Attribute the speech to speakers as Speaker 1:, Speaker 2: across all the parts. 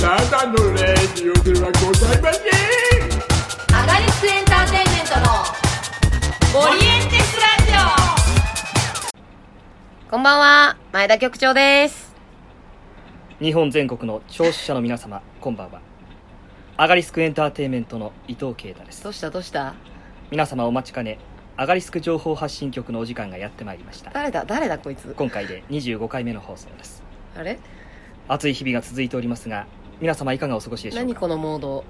Speaker 1: あなたのレディオではございません
Speaker 2: アガリスクエンターテインメントのオリエンテスラジオこんばんは前田局長です
Speaker 3: 日本全国の聴取者の皆様こんばんはアガリスクエンターテインメントの伊藤慶太です
Speaker 2: どうしたどうした
Speaker 3: 皆様お待ちかねアガリスク情報発信局のお時間がやってまいりました
Speaker 2: 誰だ誰だこいつ
Speaker 3: 今回で25回目の放送です
Speaker 2: あれ
Speaker 3: 暑い日々が続いておりますが皆様いかがお過ごしでしょう
Speaker 2: 何
Speaker 3: か
Speaker 2: このモード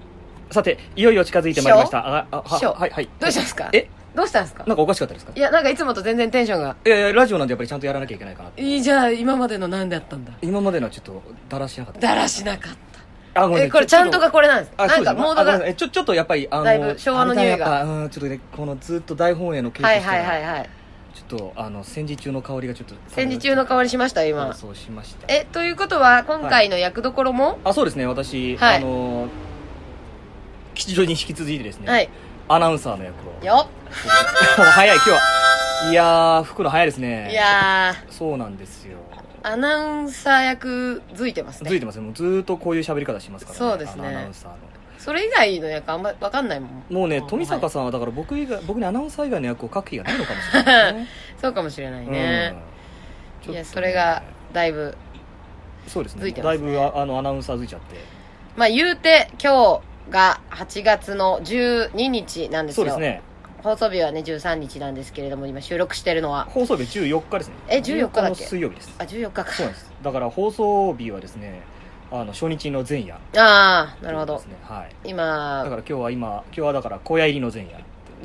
Speaker 3: さていよいよ近づいてまいりましたああ
Speaker 2: 師匠
Speaker 3: ははいはい
Speaker 2: どうしたんですか
Speaker 3: え
Speaker 2: どうしたんですか
Speaker 3: なんかおかしかったですか
Speaker 2: いやなんかいつもと全然テンションが
Speaker 3: いやいやラジオなんでやっぱりちゃんとやらなきゃいけないかなって
Speaker 2: いいじゃあ今までの何だったんだ
Speaker 3: 今までのはちょっとだらしなかっ
Speaker 2: だらしなかった
Speaker 3: たあごめんなさ
Speaker 2: え
Speaker 3: い
Speaker 2: これちゃんとがこれなんです
Speaker 3: あ
Speaker 2: な
Speaker 3: そ
Speaker 2: ん
Speaker 3: うで
Speaker 2: か
Speaker 3: すね
Speaker 2: モード
Speaker 3: あごめんな
Speaker 2: が
Speaker 3: さいえちょちょっとやっぱりあの
Speaker 2: だいぶ昭和の匂いが
Speaker 3: あれだやっぱうんちょっとねこのずっと大本営の経
Speaker 2: はい
Speaker 3: 験し
Speaker 2: はいはい
Speaker 3: た
Speaker 2: はい
Speaker 3: ちょっとあの戦時中の香りがちょっと
Speaker 2: 戦時中の香りしました
Speaker 3: そ
Speaker 2: 今
Speaker 3: うそうしました
Speaker 2: えということは今回の役どころも
Speaker 3: あそうですね私、
Speaker 2: はい
Speaker 3: あの吉祥寺に引き続いてですね、
Speaker 2: はい、
Speaker 3: アナウンサーの役をも
Speaker 2: よ
Speaker 3: う 早い今日はいやー吹くの早いですね
Speaker 2: っいやー
Speaker 3: そうなんですよ
Speaker 2: アナウンサー役づいてます
Speaker 3: 続い
Speaker 2: ね
Speaker 3: てますねもうずーっとこういう喋り方しますから、
Speaker 2: そうですね
Speaker 3: あのアナウンサーの
Speaker 2: それ以外の役あんま分かんないもん
Speaker 3: もうね
Speaker 2: ん
Speaker 3: 富坂さんはだから僕以外僕にアナウンサー以外の役を書く気がないのかもしれな いですね
Speaker 2: そうかもしれないね、
Speaker 3: うん
Speaker 2: いや
Speaker 3: ちょっとね
Speaker 2: それがだいぶ
Speaker 3: そうですね
Speaker 2: 付いてま
Speaker 3: だ
Speaker 2: す
Speaker 3: い
Speaker 2: ね
Speaker 3: ぶああのアナウンサー付いちゃって
Speaker 2: まあ言うて今日が8月の12日なんです
Speaker 3: そ
Speaker 2: よ
Speaker 3: うですね
Speaker 2: 放送日はね13日なんですけれども今収録してるのは
Speaker 3: 放送日14日ですね
Speaker 2: え14日だっ
Speaker 3: の
Speaker 2: け
Speaker 3: 水曜日です
Speaker 2: あ14日か
Speaker 3: そうなんですだから放送日はですねあの初日の前夜
Speaker 2: ああなるほど
Speaker 3: ですねはいだか
Speaker 2: 今
Speaker 3: ら今日は今今日はだから小屋入りの前夜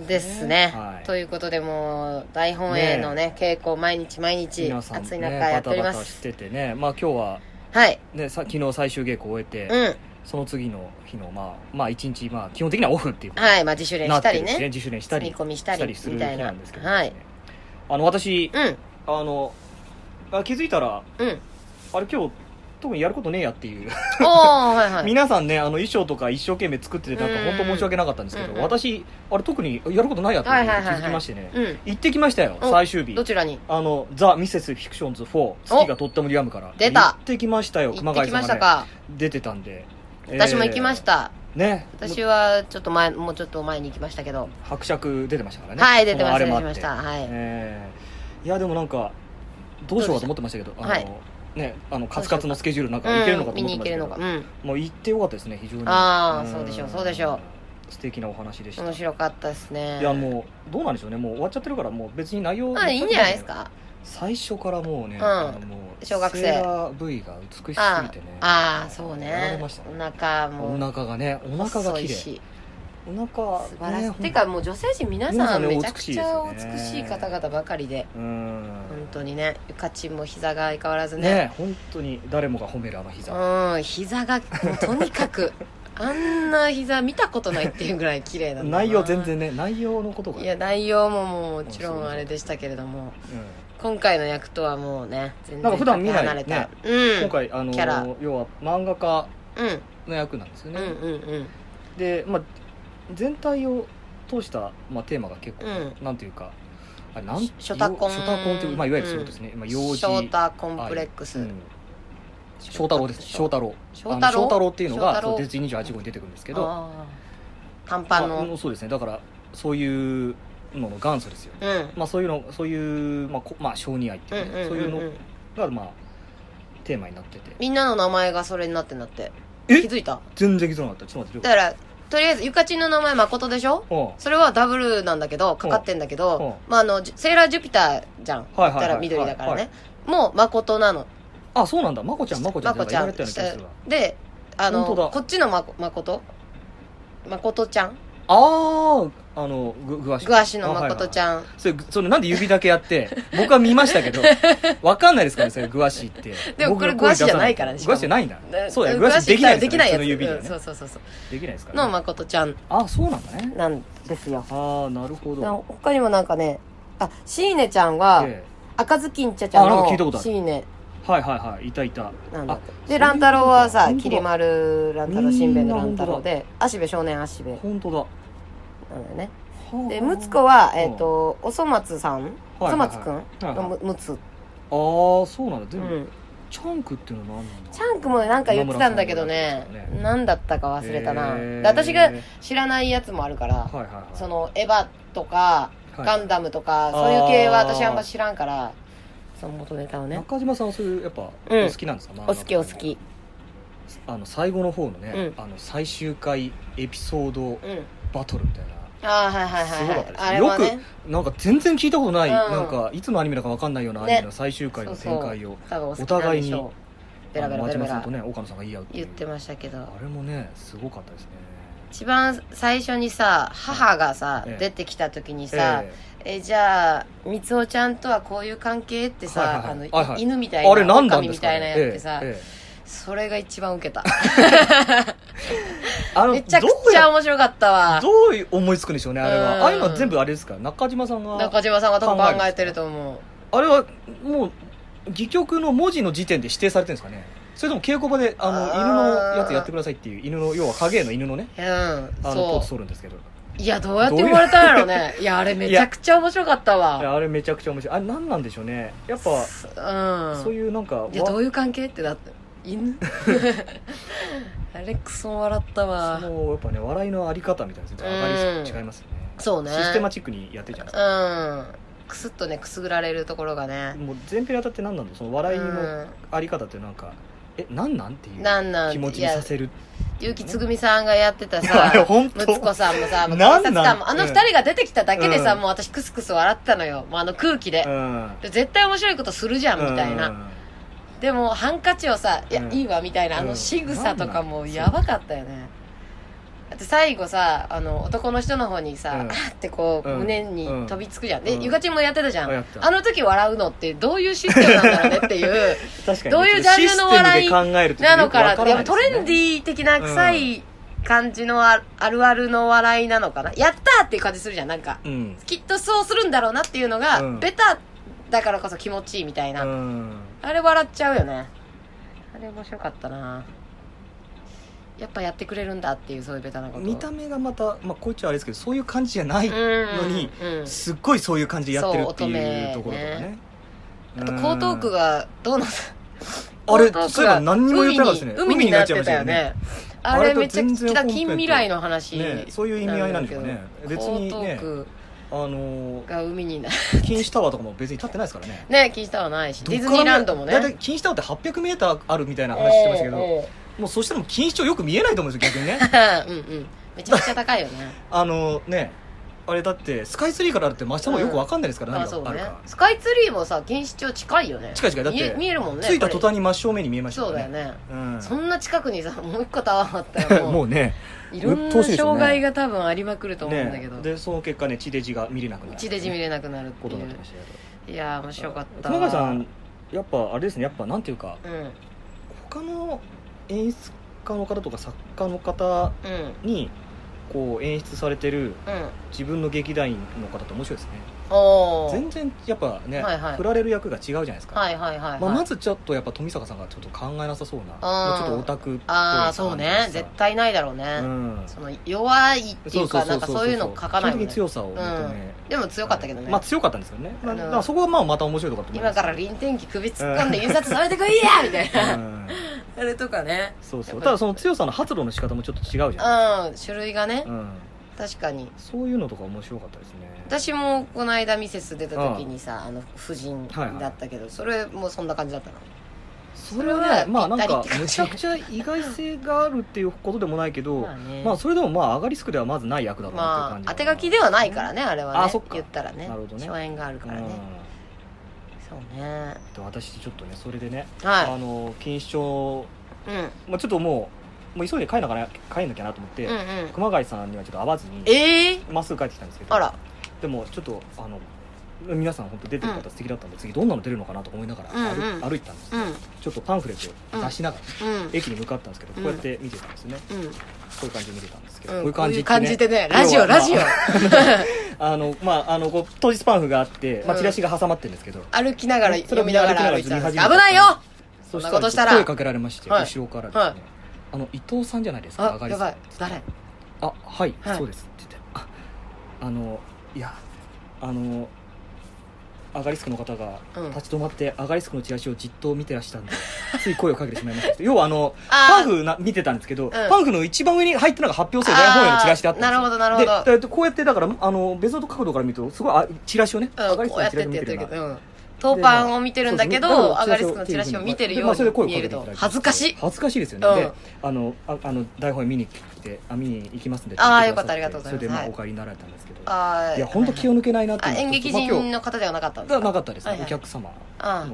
Speaker 2: ですね、
Speaker 3: はい
Speaker 2: ということでもう大本営のね稽古を毎日毎日
Speaker 3: 皆さん
Speaker 2: 暑い
Speaker 3: ね
Speaker 2: 中や
Speaker 3: バ
Speaker 2: ってお
Speaker 3: タ
Speaker 2: りま
Speaker 3: バタし
Speaker 2: す、
Speaker 3: ててねまあ今日は
Speaker 2: はい
Speaker 3: ねさ昨日最終稽古を終えて、
Speaker 2: うん
Speaker 3: その次の日のまあまあ一日まあ基本的にはオフっていうこと
Speaker 2: はいまあ自主練
Speaker 3: な
Speaker 2: し
Speaker 3: って
Speaker 2: た
Speaker 3: る
Speaker 2: り
Speaker 3: んですね
Speaker 2: ね
Speaker 3: 自主練した
Speaker 2: 積
Speaker 3: り
Speaker 2: み込みしたり
Speaker 3: する
Speaker 2: み
Speaker 3: 日
Speaker 2: たい
Speaker 3: な
Speaker 2: なん
Speaker 3: ですけど、ね
Speaker 2: はい
Speaker 3: あの私
Speaker 2: うん
Speaker 3: あのあ気づいたら
Speaker 2: うん
Speaker 3: あれ今日特にやることねえやっていう、
Speaker 2: おおはいはい
Speaker 3: 皆さんねあの衣装とか一生懸命作っててなんか本当申し訳なかったんですけど、
Speaker 2: うんうん
Speaker 3: 私あれ特にやることないやっていうの
Speaker 2: はい
Speaker 3: に
Speaker 2: はい
Speaker 3: 気
Speaker 2: はいはい
Speaker 3: づきましてね、
Speaker 2: うん
Speaker 3: 行ってきましたよ
Speaker 2: お
Speaker 3: 最終日
Speaker 2: どちらに
Speaker 3: あの「ザ・ミセス・フィクションズ4」好きがとってもリアムから
Speaker 2: 出た
Speaker 3: 行ってきましたよ
Speaker 2: 行
Speaker 3: 熊
Speaker 2: ってき
Speaker 3: 谷さ
Speaker 2: ま
Speaker 3: ん
Speaker 2: した
Speaker 3: が、ね、
Speaker 2: か、
Speaker 3: 出てたんで
Speaker 2: 私も行きまし、た、
Speaker 3: えーね
Speaker 2: 私はちょっと前もうちょっと前に行きましたけど、
Speaker 3: 伯爵出てましたからね
Speaker 2: はい出てました
Speaker 3: そのあれ
Speaker 2: 出
Speaker 3: もあ
Speaker 2: て
Speaker 3: って
Speaker 2: ましたはい、
Speaker 3: えーいやでもなんかどうしようかと思ってましたけどあの、
Speaker 2: はい
Speaker 3: ねあのカツカツのスケジュールなんか
Speaker 2: うん
Speaker 3: いけるのかと
Speaker 2: 見
Speaker 3: 思っ
Speaker 2: に
Speaker 3: て
Speaker 2: 行
Speaker 3: ました
Speaker 2: け
Speaker 3: け
Speaker 2: る
Speaker 3: ど、
Speaker 2: のかうん
Speaker 3: もう行ってよかったですね非常に
Speaker 2: あー
Speaker 3: ん
Speaker 2: そうでしょうそうでしょ
Speaker 3: 素敵なお話でした
Speaker 2: 面白かったですね
Speaker 3: いやもうどうなんでしょうねもう終わっちゃってるからもう別に内容
Speaker 2: まあいいんじゃないですか
Speaker 3: 最初からもうね、
Speaker 2: うん
Speaker 3: あのもう
Speaker 2: 小学生
Speaker 3: セーラー V が美しすぎてね
Speaker 2: あああそう
Speaker 3: やられ
Speaker 2: ね
Speaker 3: ましたね
Speaker 2: お腹も
Speaker 3: お腹がねお腹が
Speaker 2: 細
Speaker 3: 綺
Speaker 2: い
Speaker 3: 麗
Speaker 2: し
Speaker 3: お腹
Speaker 2: 素晴らしい、
Speaker 3: ね
Speaker 2: てかもう女性陣皆
Speaker 3: 皆
Speaker 2: さ
Speaker 3: さ
Speaker 2: ん
Speaker 3: んね
Speaker 2: めちゃくちゃ
Speaker 3: お美しいですよ
Speaker 2: 美し
Speaker 3: ね
Speaker 2: い方々ばかりで
Speaker 3: うん
Speaker 2: 本当にねゆかちんも膝が相変わらずね
Speaker 3: ね本当に誰もが褒めるあの膝、
Speaker 2: うん膝がもうとにか くあんな膝見たことないっていうぐらい綺麗なんだな
Speaker 3: 内容全然ね内容のことが
Speaker 2: いや内容ももうもちろんあれでしたけれども
Speaker 3: う
Speaker 2: 今回の役とはもうね全然
Speaker 3: なんか普段見ない
Speaker 2: 離れた、
Speaker 3: ね
Speaker 2: うん
Speaker 3: ん、今回あの
Speaker 2: キャラ
Speaker 3: 要は漫画家
Speaker 2: うん
Speaker 3: の役なんですよね、
Speaker 2: うんうんうん
Speaker 3: で、まあ、全体を通した、まあ、テーマが結構、
Speaker 2: う
Speaker 3: なんていうかあれなん
Speaker 2: シショタコン
Speaker 3: ショタコンっていう、まあ、いわゆるそういうことですね、まあ、
Speaker 2: シ
Speaker 3: 幼児
Speaker 2: ョータコンプレックス、
Speaker 3: うん翔太郎です翔太郎
Speaker 2: 翔
Speaker 3: あ
Speaker 2: 太郎
Speaker 3: の翔太郎っていうの
Speaker 2: 翔
Speaker 3: が
Speaker 2: 太郎
Speaker 3: そう鉄人28号に出てくるんですけど
Speaker 2: あー短パン
Speaker 3: まあ
Speaker 2: の、
Speaker 3: うんそうですねだからそういうのの元祖ですよ、
Speaker 2: うん
Speaker 3: まあ、そういうのそういう、まあこまあ、小児愛っていうかね、
Speaker 2: うんうんうん
Speaker 3: そううんいうのが、まあ、テーマになってて
Speaker 2: みんなの名前がそれになってんだって気
Speaker 3: え
Speaker 2: づいた
Speaker 3: 全然気づかなかったちょっと待って
Speaker 2: だからとりあえずゆかちんの名前誠でしょ
Speaker 3: うん
Speaker 2: それはダブルなんだけどかかってんだけど、
Speaker 3: う
Speaker 2: まあ、あのジュセーラージュピターじゃん言
Speaker 3: はいはいはい
Speaker 2: ったら緑だから
Speaker 3: はい
Speaker 2: ねもう誠なの
Speaker 3: あそうなんだまこちゃんまこちゃんってなんか言われたような気がするわ
Speaker 2: であの
Speaker 3: 本当だ
Speaker 2: こっちのまこ誠誠ちゃん
Speaker 3: あああのぐぐわし
Speaker 2: 具足の誠ち
Speaker 3: ん
Speaker 2: ゃん、
Speaker 3: それそれなんで指だけやって 僕は見ましたけどわかんないですからねそれグワシって
Speaker 2: でも
Speaker 3: 僕
Speaker 2: これ
Speaker 3: が
Speaker 2: グワシじゃないからね
Speaker 3: 声出さグワシじゃないんだ
Speaker 2: で
Speaker 3: そうだよ
Speaker 2: 具
Speaker 3: グワシできない
Speaker 2: できないやつ、
Speaker 3: よねその指では
Speaker 2: うん
Speaker 3: ね
Speaker 2: そうそうそうそう
Speaker 3: できないですから
Speaker 2: の
Speaker 3: ね
Speaker 2: 誠ちゃん
Speaker 3: あそうなんだね
Speaker 2: なんですよ
Speaker 3: ああなるほど
Speaker 2: 他にもなんかねあシーネちゃんは、
Speaker 3: え
Speaker 2: 赤ずきんちゃちゃん
Speaker 3: あなん
Speaker 2: の
Speaker 3: か聞いたことある
Speaker 2: シーネ
Speaker 3: えはいはいはいいたいた
Speaker 2: なんだ
Speaker 3: あ
Speaker 2: って
Speaker 3: そう
Speaker 2: で
Speaker 3: いうこと
Speaker 2: 乱太郎はさ
Speaker 3: 本当だ
Speaker 2: きり丸乱太郎しんべヱの乱太郎で足部少年足部
Speaker 3: 本当だ
Speaker 2: なんだよね
Speaker 3: はあ
Speaker 2: でむつこは、
Speaker 3: うん
Speaker 2: えっとおそ松さん、
Speaker 3: は
Speaker 2: お
Speaker 3: いはいはい
Speaker 2: そ松くんのむむつ、
Speaker 3: ああそうなんだ全
Speaker 2: う
Speaker 3: 部、
Speaker 2: ん、
Speaker 3: チャンクっていうのは何なんだ
Speaker 2: チャンクもなんか言ってたんだけどね
Speaker 3: 野村さんも言ってたね
Speaker 2: 何だったか忘れたな、
Speaker 3: へー
Speaker 2: で私が知らないやつもあるから、
Speaker 3: はいはいはい
Speaker 2: そのエヴァとか
Speaker 3: はい
Speaker 2: ガンダムとか、
Speaker 3: ー
Speaker 2: そういう系は私あんま知らんからその元ネタをね
Speaker 3: 中島さんはそういうやっぱお
Speaker 2: うん
Speaker 3: 好きなんですか、漫
Speaker 2: お
Speaker 3: 画
Speaker 2: 好きお好き
Speaker 3: あの最後の方のね、
Speaker 2: う
Speaker 3: あの最終回エピソード
Speaker 2: うん
Speaker 3: バトルみたいな、
Speaker 2: ああはいはいはい
Speaker 3: すご
Speaker 2: は
Speaker 3: かっ
Speaker 2: い
Speaker 3: たです
Speaker 2: あれは
Speaker 3: よ
Speaker 2: ね
Speaker 3: くなんか全然聞いたことない、
Speaker 2: うん
Speaker 3: なんかいつのアニメだかわかんないようなアニメの最終回の展開を、
Speaker 2: 多分お好き
Speaker 3: お
Speaker 2: なん
Speaker 3: 互
Speaker 2: で
Speaker 3: いに
Speaker 2: しょうベラベラ
Speaker 3: あの
Speaker 2: ベ
Speaker 3: 町
Speaker 2: ラベ
Speaker 3: 山さん
Speaker 2: ラ
Speaker 3: とね岡野さんが言い合うってい
Speaker 2: 言
Speaker 3: う
Speaker 2: ってましたけど
Speaker 3: あれもねすごかったですね
Speaker 2: 一番最初にさ母がさ、
Speaker 3: ええ
Speaker 2: 出てきた時にさ、
Speaker 3: え
Speaker 2: えじゃあ三尾ちゃんとはこういう関係ってさ、
Speaker 3: はいはいはい
Speaker 2: あの、
Speaker 3: はいはい
Speaker 2: 犬みた
Speaker 3: え
Speaker 2: いな
Speaker 3: あれ何なん
Speaker 2: 狼
Speaker 3: で
Speaker 2: み
Speaker 3: すか
Speaker 2: た
Speaker 3: ね
Speaker 2: いなやってさ、
Speaker 3: えええ
Speaker 2: それが一番ウケた
Speaker 3: えあの
Speaker 2: めちゃくちゃ面白かったわ
Speaker 3: どうやどう思いつくんでしょうねあれ
Speaker 2: うん
Speaker 3: はああいうのは全部あれですから中島さんが
Speaker 2: 中島さんが多分
Speaker 3: 考
Speaker 2: 考
Speaker 3: え
Speaker 2: え
Speaker 3: て
Speaker 2: て
Speaker 3: る
Speaker 2: ると思う
Speaker 3: あれはもう戯曲の文字の時点で指定されてるんですかねそれとも稽古場であの
Speaker 2: あー
Speaker 3: 犬のやつやってくださいっていう犬の要は影絵の犬のね
Speaker 2: うん
Speaker 3: あのポ
Speaker 2: そ
Speaker 3: ーズ取るんですけど
Speaker 2: ういやどうやって言われたんやろうねいやあれめちゃくちゃ面白かった
Speaker 3: い
Speaker 2: わ
Speaker 3: やあれめちゃくちゃ面白いあれ何なんでしょうねやっぱ
Speaker 2: うん
Speaker 3: そういうなんか
Speaker 2: じゃあ
Speaker 3: わ
Speaker 2: どういう関係ってだって 犬あれクソ笑ったわ
Speaker 3: そのやっぱね笑いのあり方みたいなのが上がり
Speaker 2: うん
Speaker 3: 違いますよね
Speaker 2: そうね
Speaker 3: システマチックにやってるじゃないですか
Speaker 2: うんくすっとねくすぐられるところがね
Speaker 3: もう前編にあたって何なんだろうその笑いの
Speaker 2: う
Speaker 3: あり方ってなんかえ何なんってい
Speaker 2: ん
Speaker 3: う
Speaker 2: なんなん
Speaker 3: 気持ちにさせる
Speaker 2: 結城つぐみさんがやってた
Speaker 3: あれ
Speaker 2: さ
Speaker 3: 本当
Speaker 2: 息子さんもさもう警
Speaker 3: なんなん
Speaker 2: 察官もあの二人が出てきただけでさ、
Speaker 3: うん
Speaker 2: もう私クスクス笑ってたのよもうあの空気で
Speaker 3: う、ん
Speaker 2: で絶対面白いことするじゃんみたいな、
Speaker 3: うん
Speaker 2: でもハンカチをさ「いや、
Speaker 3: うん
Speaker 2: いいわ」みたいなあ
Speaker 3: うん
Speaker 2: の仕草とか
Speaker 3: なん
Speaker 2: も
Speaker 3: なん
Speaker 2: やばかったよねだって最後さあの男の人の方にさ、
Speaker 3: うん
Speaker 2: あーってこう
Speaker 3: うん
Speaker 2: 胸に飛びつくじゃん、で
Speaker 3: うん
Speaker 2: ゆかちんもやってたじゃん
Speaker 3: あやった
Speaker 2: あの時笑うのってどういうシステムなんだろうねっていう
Speaker 3: 確かに
Speaker 2: どういうジャンルの笑い
Speaker 3: システムで考えると
Speaker 2: なのかな
Speaker 3: よくわ
Speaker 2: や
Speaker 3: らな
Speaker 2: っ
Speaker 3: い
Speaker 2: ぱ
Speaker 3: で
Speaker 2: ト
Speaker 3: すね
Speaker 2: レンディー的な臭い感じのああるあるの笑いなのかなやったーっていう感じするじゃんなんか
Speaker 3: うん
Speaker 2: きっとそうするんだろうなっていうのが、
Speaker 3: うん
Speaker 2: ベタだからこそ気持ちいいみたいな、
Speaker 3: うん
Speaker 2: あれ笑っちゃうよねあれ面白かったなやっぱやってくれるんだっていうそういうベタなこと
Speaker 3: 見た目がまたまあこいつはあれですけどそういう感じじゃないの
Speaker 2: の
Speaker 3: に
Speaker 2: うん、
Speaker 3: すっごいそういう感じでやってるっていう
Speaker 2: そう
Speaker 3: ところとかね
Speaker 2: あと江東区
Speaker 3: が
Speaker 2: がどうなっ
Speaker 3: あれ
Speaker 2: 江東
Speaker 3: そ
Speaker 2: 区
Speaker 3: ういえば
Speaker 2: が
Speaker 3: 何にも言ってなかったですね
Speaker 2: 海に海になって
Speaker 3: 海になっち
Speaker 2: た
Speaker 3: ゃいま
Speaker 2: よ
Speaker 3: したよ
Speaker 2: ねあれめちゃく
Speaker 3: あ
Speaker 2: ち
Speaker 3: れと全然
Speaker 2: ゃ
Speaker 3: 本編
Speaker 2: 近
Speaker 3: と
Speaker 2: 未来の話
Speaker 3: ねそういう意味合いなんでしょうね別に
Speaker 2: 江東
Speaker 3: ね
Speaker 2: 区
Speaker 3: あのー
Speaker 2: が海にな
Speaker 3: 錦糸タワーとかも別に立ってないですからね
Speaker 2: ね聞いたはないしディズニーランドもね
Speaker 3: だいたい錦糸タワーって 800m あるみたいな話してましたけど、
Speaker 2: え
Speaker 3: もうそしたらもう錦糸町よく見えないと思うんですよ逆にね
Speaker 2: えええ うんうんめちゃくちゃ高いよ ね
Speaker 3: あのねあれだってスカイツリーからあるって真下もよくわかんないですから、
Speaker 2: あ
Speaker 3: 何
Speaker 2: そう
Speaker 3: がある
Speaker 2: ね
Speaker 3: か、
Speaker 2: スカイツリーもさ錦糸町近いよね
Speaker 3: 近い近いだって
Speaker 2: 見え見えるもんね
Speaker 3: 着いた途端に真正面に見えました
Speaker 2: そう
Speaker 3: か
Speaker 2: だ
Speaker 3: ら
Speaker 2: よ
Speaker 3: ね
Speaker 2: ね、
Speaker 3: うん
Speaker 2: そんな近くにさもう一個タワーあったらもう
Speaker 3: もうね
Speaker 2: いろん
Speaker 3: うっ
Speaker 2: な
Speaker 3: とうしいですよ
Speaker 2: 障
Speaker 3: ね
Speaker 2: 害が多分ありまくると思うんだけ
Speaker 3: ね
Speaker 2: ど、
Speaker 3: でその結果ね地デジが見れなくなる
Speaker 2: 一でじ見
Speaker 3: れ
Speaker 2: れなくなるって
Speaker 3: こと
Speaker 2: い
Speaker 3: になっ
Speaker 2: う
Speaker 3: てましたけど
Speaker 2: いやー面白かった
Speaker 3: 熊谷さんやっぱあれですねやっぱなんていうか
Speaker 2: うんうん
Speaker 3: 他の演出家の方とか作家の方
Speaker 2: うん
Speaker 3: にこう演出されてる自分の劇団員の方って面白いですね
Speaker 2: おお
Speaker 3: 全然やっぱね、
Speaker 2: はいはい
Speaker 3: 振られる役が違うじゃないですか、
Speaker 2: はいはいはいはい、
Speaker 3: まあ、まずちょっとやっぱ富坂さんがちょっと考えなさそうなもうちょっとオタクっぽい
Speaker 2: ああそうね絶対ないだろうね、
Speaker 3: うん
Speaker 2: その弱いっていうかなんかそういうの書かない
Speaker 3: 基
Speaker 2: もん
Speaker 3: 本的
Speaker 2: ね
Speaker 3: に強さを求め、
Speaker 2: でも強かったけどね、
Speaker 3: まあ強かったんですよね、まあ、
Speaker 2: あの
Speaker 3: だからそこはまあまた面白いところだと思い
Speaker 2: 今
Speaker 3: ます
Speaker 2: から臨転機首突っ込んで印刷されてこいやみたいな、
Speaker 3: うん
Speaker 2: あれとかね
Speaker 3: そうそうただその強さの発露の仕方もちょっと違うじゃん、
Speaker 2: うん種類がね、
Speaker 3: うん、
Speaker 2: 確かに
Speaker 3: そういうのとか面白かったですね
Speaker 2: 私もこの間ミセス出た時にさあの婦人
Speaker 3: はいはい
Speaker 2: だったけど、それもそんな感じだったの
Speaker 3: それは
Speaker 2: そ
Speaker 3: ね
Speaker 2: れは
Speaker 3: まあなん
Speaker 2: ぴった
Speaker 3: か
Speaker 2: りって感
Speaker 3: む
Speaker 2: じ
Speaker 3: ちゃくちゃ意外性があるっていうことでもないけど、
Speaker 2: あね
Speaker 3: まあそれでもまあアガリスクではまずない役だろうなっていう
Speaker 2: ま
Speaker 3: 感じ
Speaker 2: あ当て書きではないからねあれはね
Speaker 3: あそっか
Speaker 2: 言ったらね
Speaker 3: なるほどね
Speaker 2: 初演があるからね、
Speaker 3: う
Speaker 2: そうね
Speaker 3: んで私ちょっとねそれでね、あ
Speaker 2: は
Speaker 3: の錦糸町、
Speaker 2: い、うん、うん
Speaker 3: まあ、ちょっともうもう急いで帰んなかな帰んなきゃなと思って、
Speaker 2: うん
Speaker 3: 熊谷さんにはちょっと会わずに
Speaker 2: ええー、
Speaker 3: まっすぐ帰ってきたんですけど
Speaker 2: あら
Speaker 3: でもちょっとあの皆さん本当出てる方素敵だったんで、次どんなの出るのかなとか思いながら歩,、
Speaker 2: うんうん
Speaker 3: 歩いてたんです
Speaker 2: う
Speaker 3: よ、
Speaker 2: ん
Speaker 3: ちょっとパンフレットを出しながら、
Speaker 2: うん
Speaker 3: 駅に向かったんですけどこうやって見てたんですね、
Speaker 2: うん
Speaker 3: こういう感じで見てたんですけど、
Speaker 2: うん
Speaker 3: こういう
Speaker 2: こ
Speaker 3: 感
Speaker 2: うい
Speaker 3: じ
Speaker 2: う
Speaker 3: ってね
Speaker 2: 感じでねラジ
Speaker 3: 要
Speaker 2: オ
Speaker 3: はまあ
Speaker 2: ラ ジオ
Speaker 3: あのまああのこう当日パンフがあって、まあ、
Speaker 2: うん
Speaker 3: チラシが挟まってるんですけど、
Speaker 2: 歩きながら読みながら歩いてたんです
Speaker 3: それを
Speaker 2: 危
Speaker 3: 見なが
Speaker 2: な
Speaker 3: ら
Speaker 2: いよ
Speaker 3: そ
Speaker 2: ん
Speaker 3: し
Speaker 2: な
Speaker 3: た
Speaker 2: こ
Speaker 3: ら
Speaker 2: としたら
Speaker 3: 声かけられまして、
Speaker 2: はい
Speaker 3: 後ろからですね、
Speaker 2: はい
Speaker 3: あの伊藤さんじゃないですか
Speaker 2: あ
Speaker 3: あがり
Speaker 2: や
Speaker 3: さん
Speaker 2: ばい誰
Speaker 3: あはい、
Speaker 2: はい
Speaker 3: そうですって言ってああのいやあのアガリスクの方が
Speaker 2: うん
Speaker 3: 立ち止まってアガリスクのチラシをじっと見て らしたんで、つい声をかけてしまいました要はあのパ
Speaker 2: あ
Speaker 3: ンフな見てたんですけど、
Speaker 2: ん
Speaker 3: パンフの一番上に入ってるのが発表する大本営のチラシだったんで
Speaker 2: あーな
Speaker 3: すよ
Speaker 2: るほどなるほど
Speaker 3: でだってこうやってだからあの別の角度から見るとすごいあチラシをね、
Speaker 2: あ、
Speaker 3: ア
Speaker 2: う
Speaker 3: ガ
Speaker 2: ん、
Speaker 3: リス
Speaker 2: こう
Speaker 3: クの
Speaker 2: やっ
Speaker 3: チ
Speaker 2: て
Speaker 3: ラ
Speaker 2: っ
Speaker 3: シ
Speaker 2: て
Speaker 3: を
Speaker 2: 言
Speaker 3: 見
Speaker 2: っててるけ
Speaker 3: るな
Speaker 2: ど、うん、当番を見てるんだけ
Speaker 3: そうそう
Speaker 2: ど、アガリスクのチラシを見てるよ
Speaker 3: まあそれで
Speaker 2: う
Speaker 3: 声
Speaker 2: に見
Speaker 3: をか
Speaker 2: え
Speaker 3: けて
Speaker 2: る
Speaker 3: い
Speaker 2: と
Speaker 3: ただいて
Speaker 2: 恥ずかしい
Speaker 3: 恥ずかしいですよね、
Speaker 2: うん
Speaker 3: であのああの台本見に来てあ見に行きますんで
Speaker 2: あー
Speaker 3: って言ってくださ
Speaker 2: よかったありがとうございます
Speaker 3: それでまあ
Speaker 2: はい
Speaker 3: お帰りになられたんですけど、
Speaker 2: あー
Speaker 3: いや本当気を抜けないなって
Speaker 2: あ
Speaker 3: いうの
Speaker 2: 演
Speaker 3: が一
Speaker 2: 劇
Speaker 3: つまあ今
Speaker 2: 人
Speaker 3: 日
Speaker 2: の方ではなかったんで
Speaker 3: が
Speaker 2: す
Speaker 3: なかったですね、
Speaker 2: はいはい
Speaker 3: お客様
Speaker 2: あ
Speaker 3: の方だっ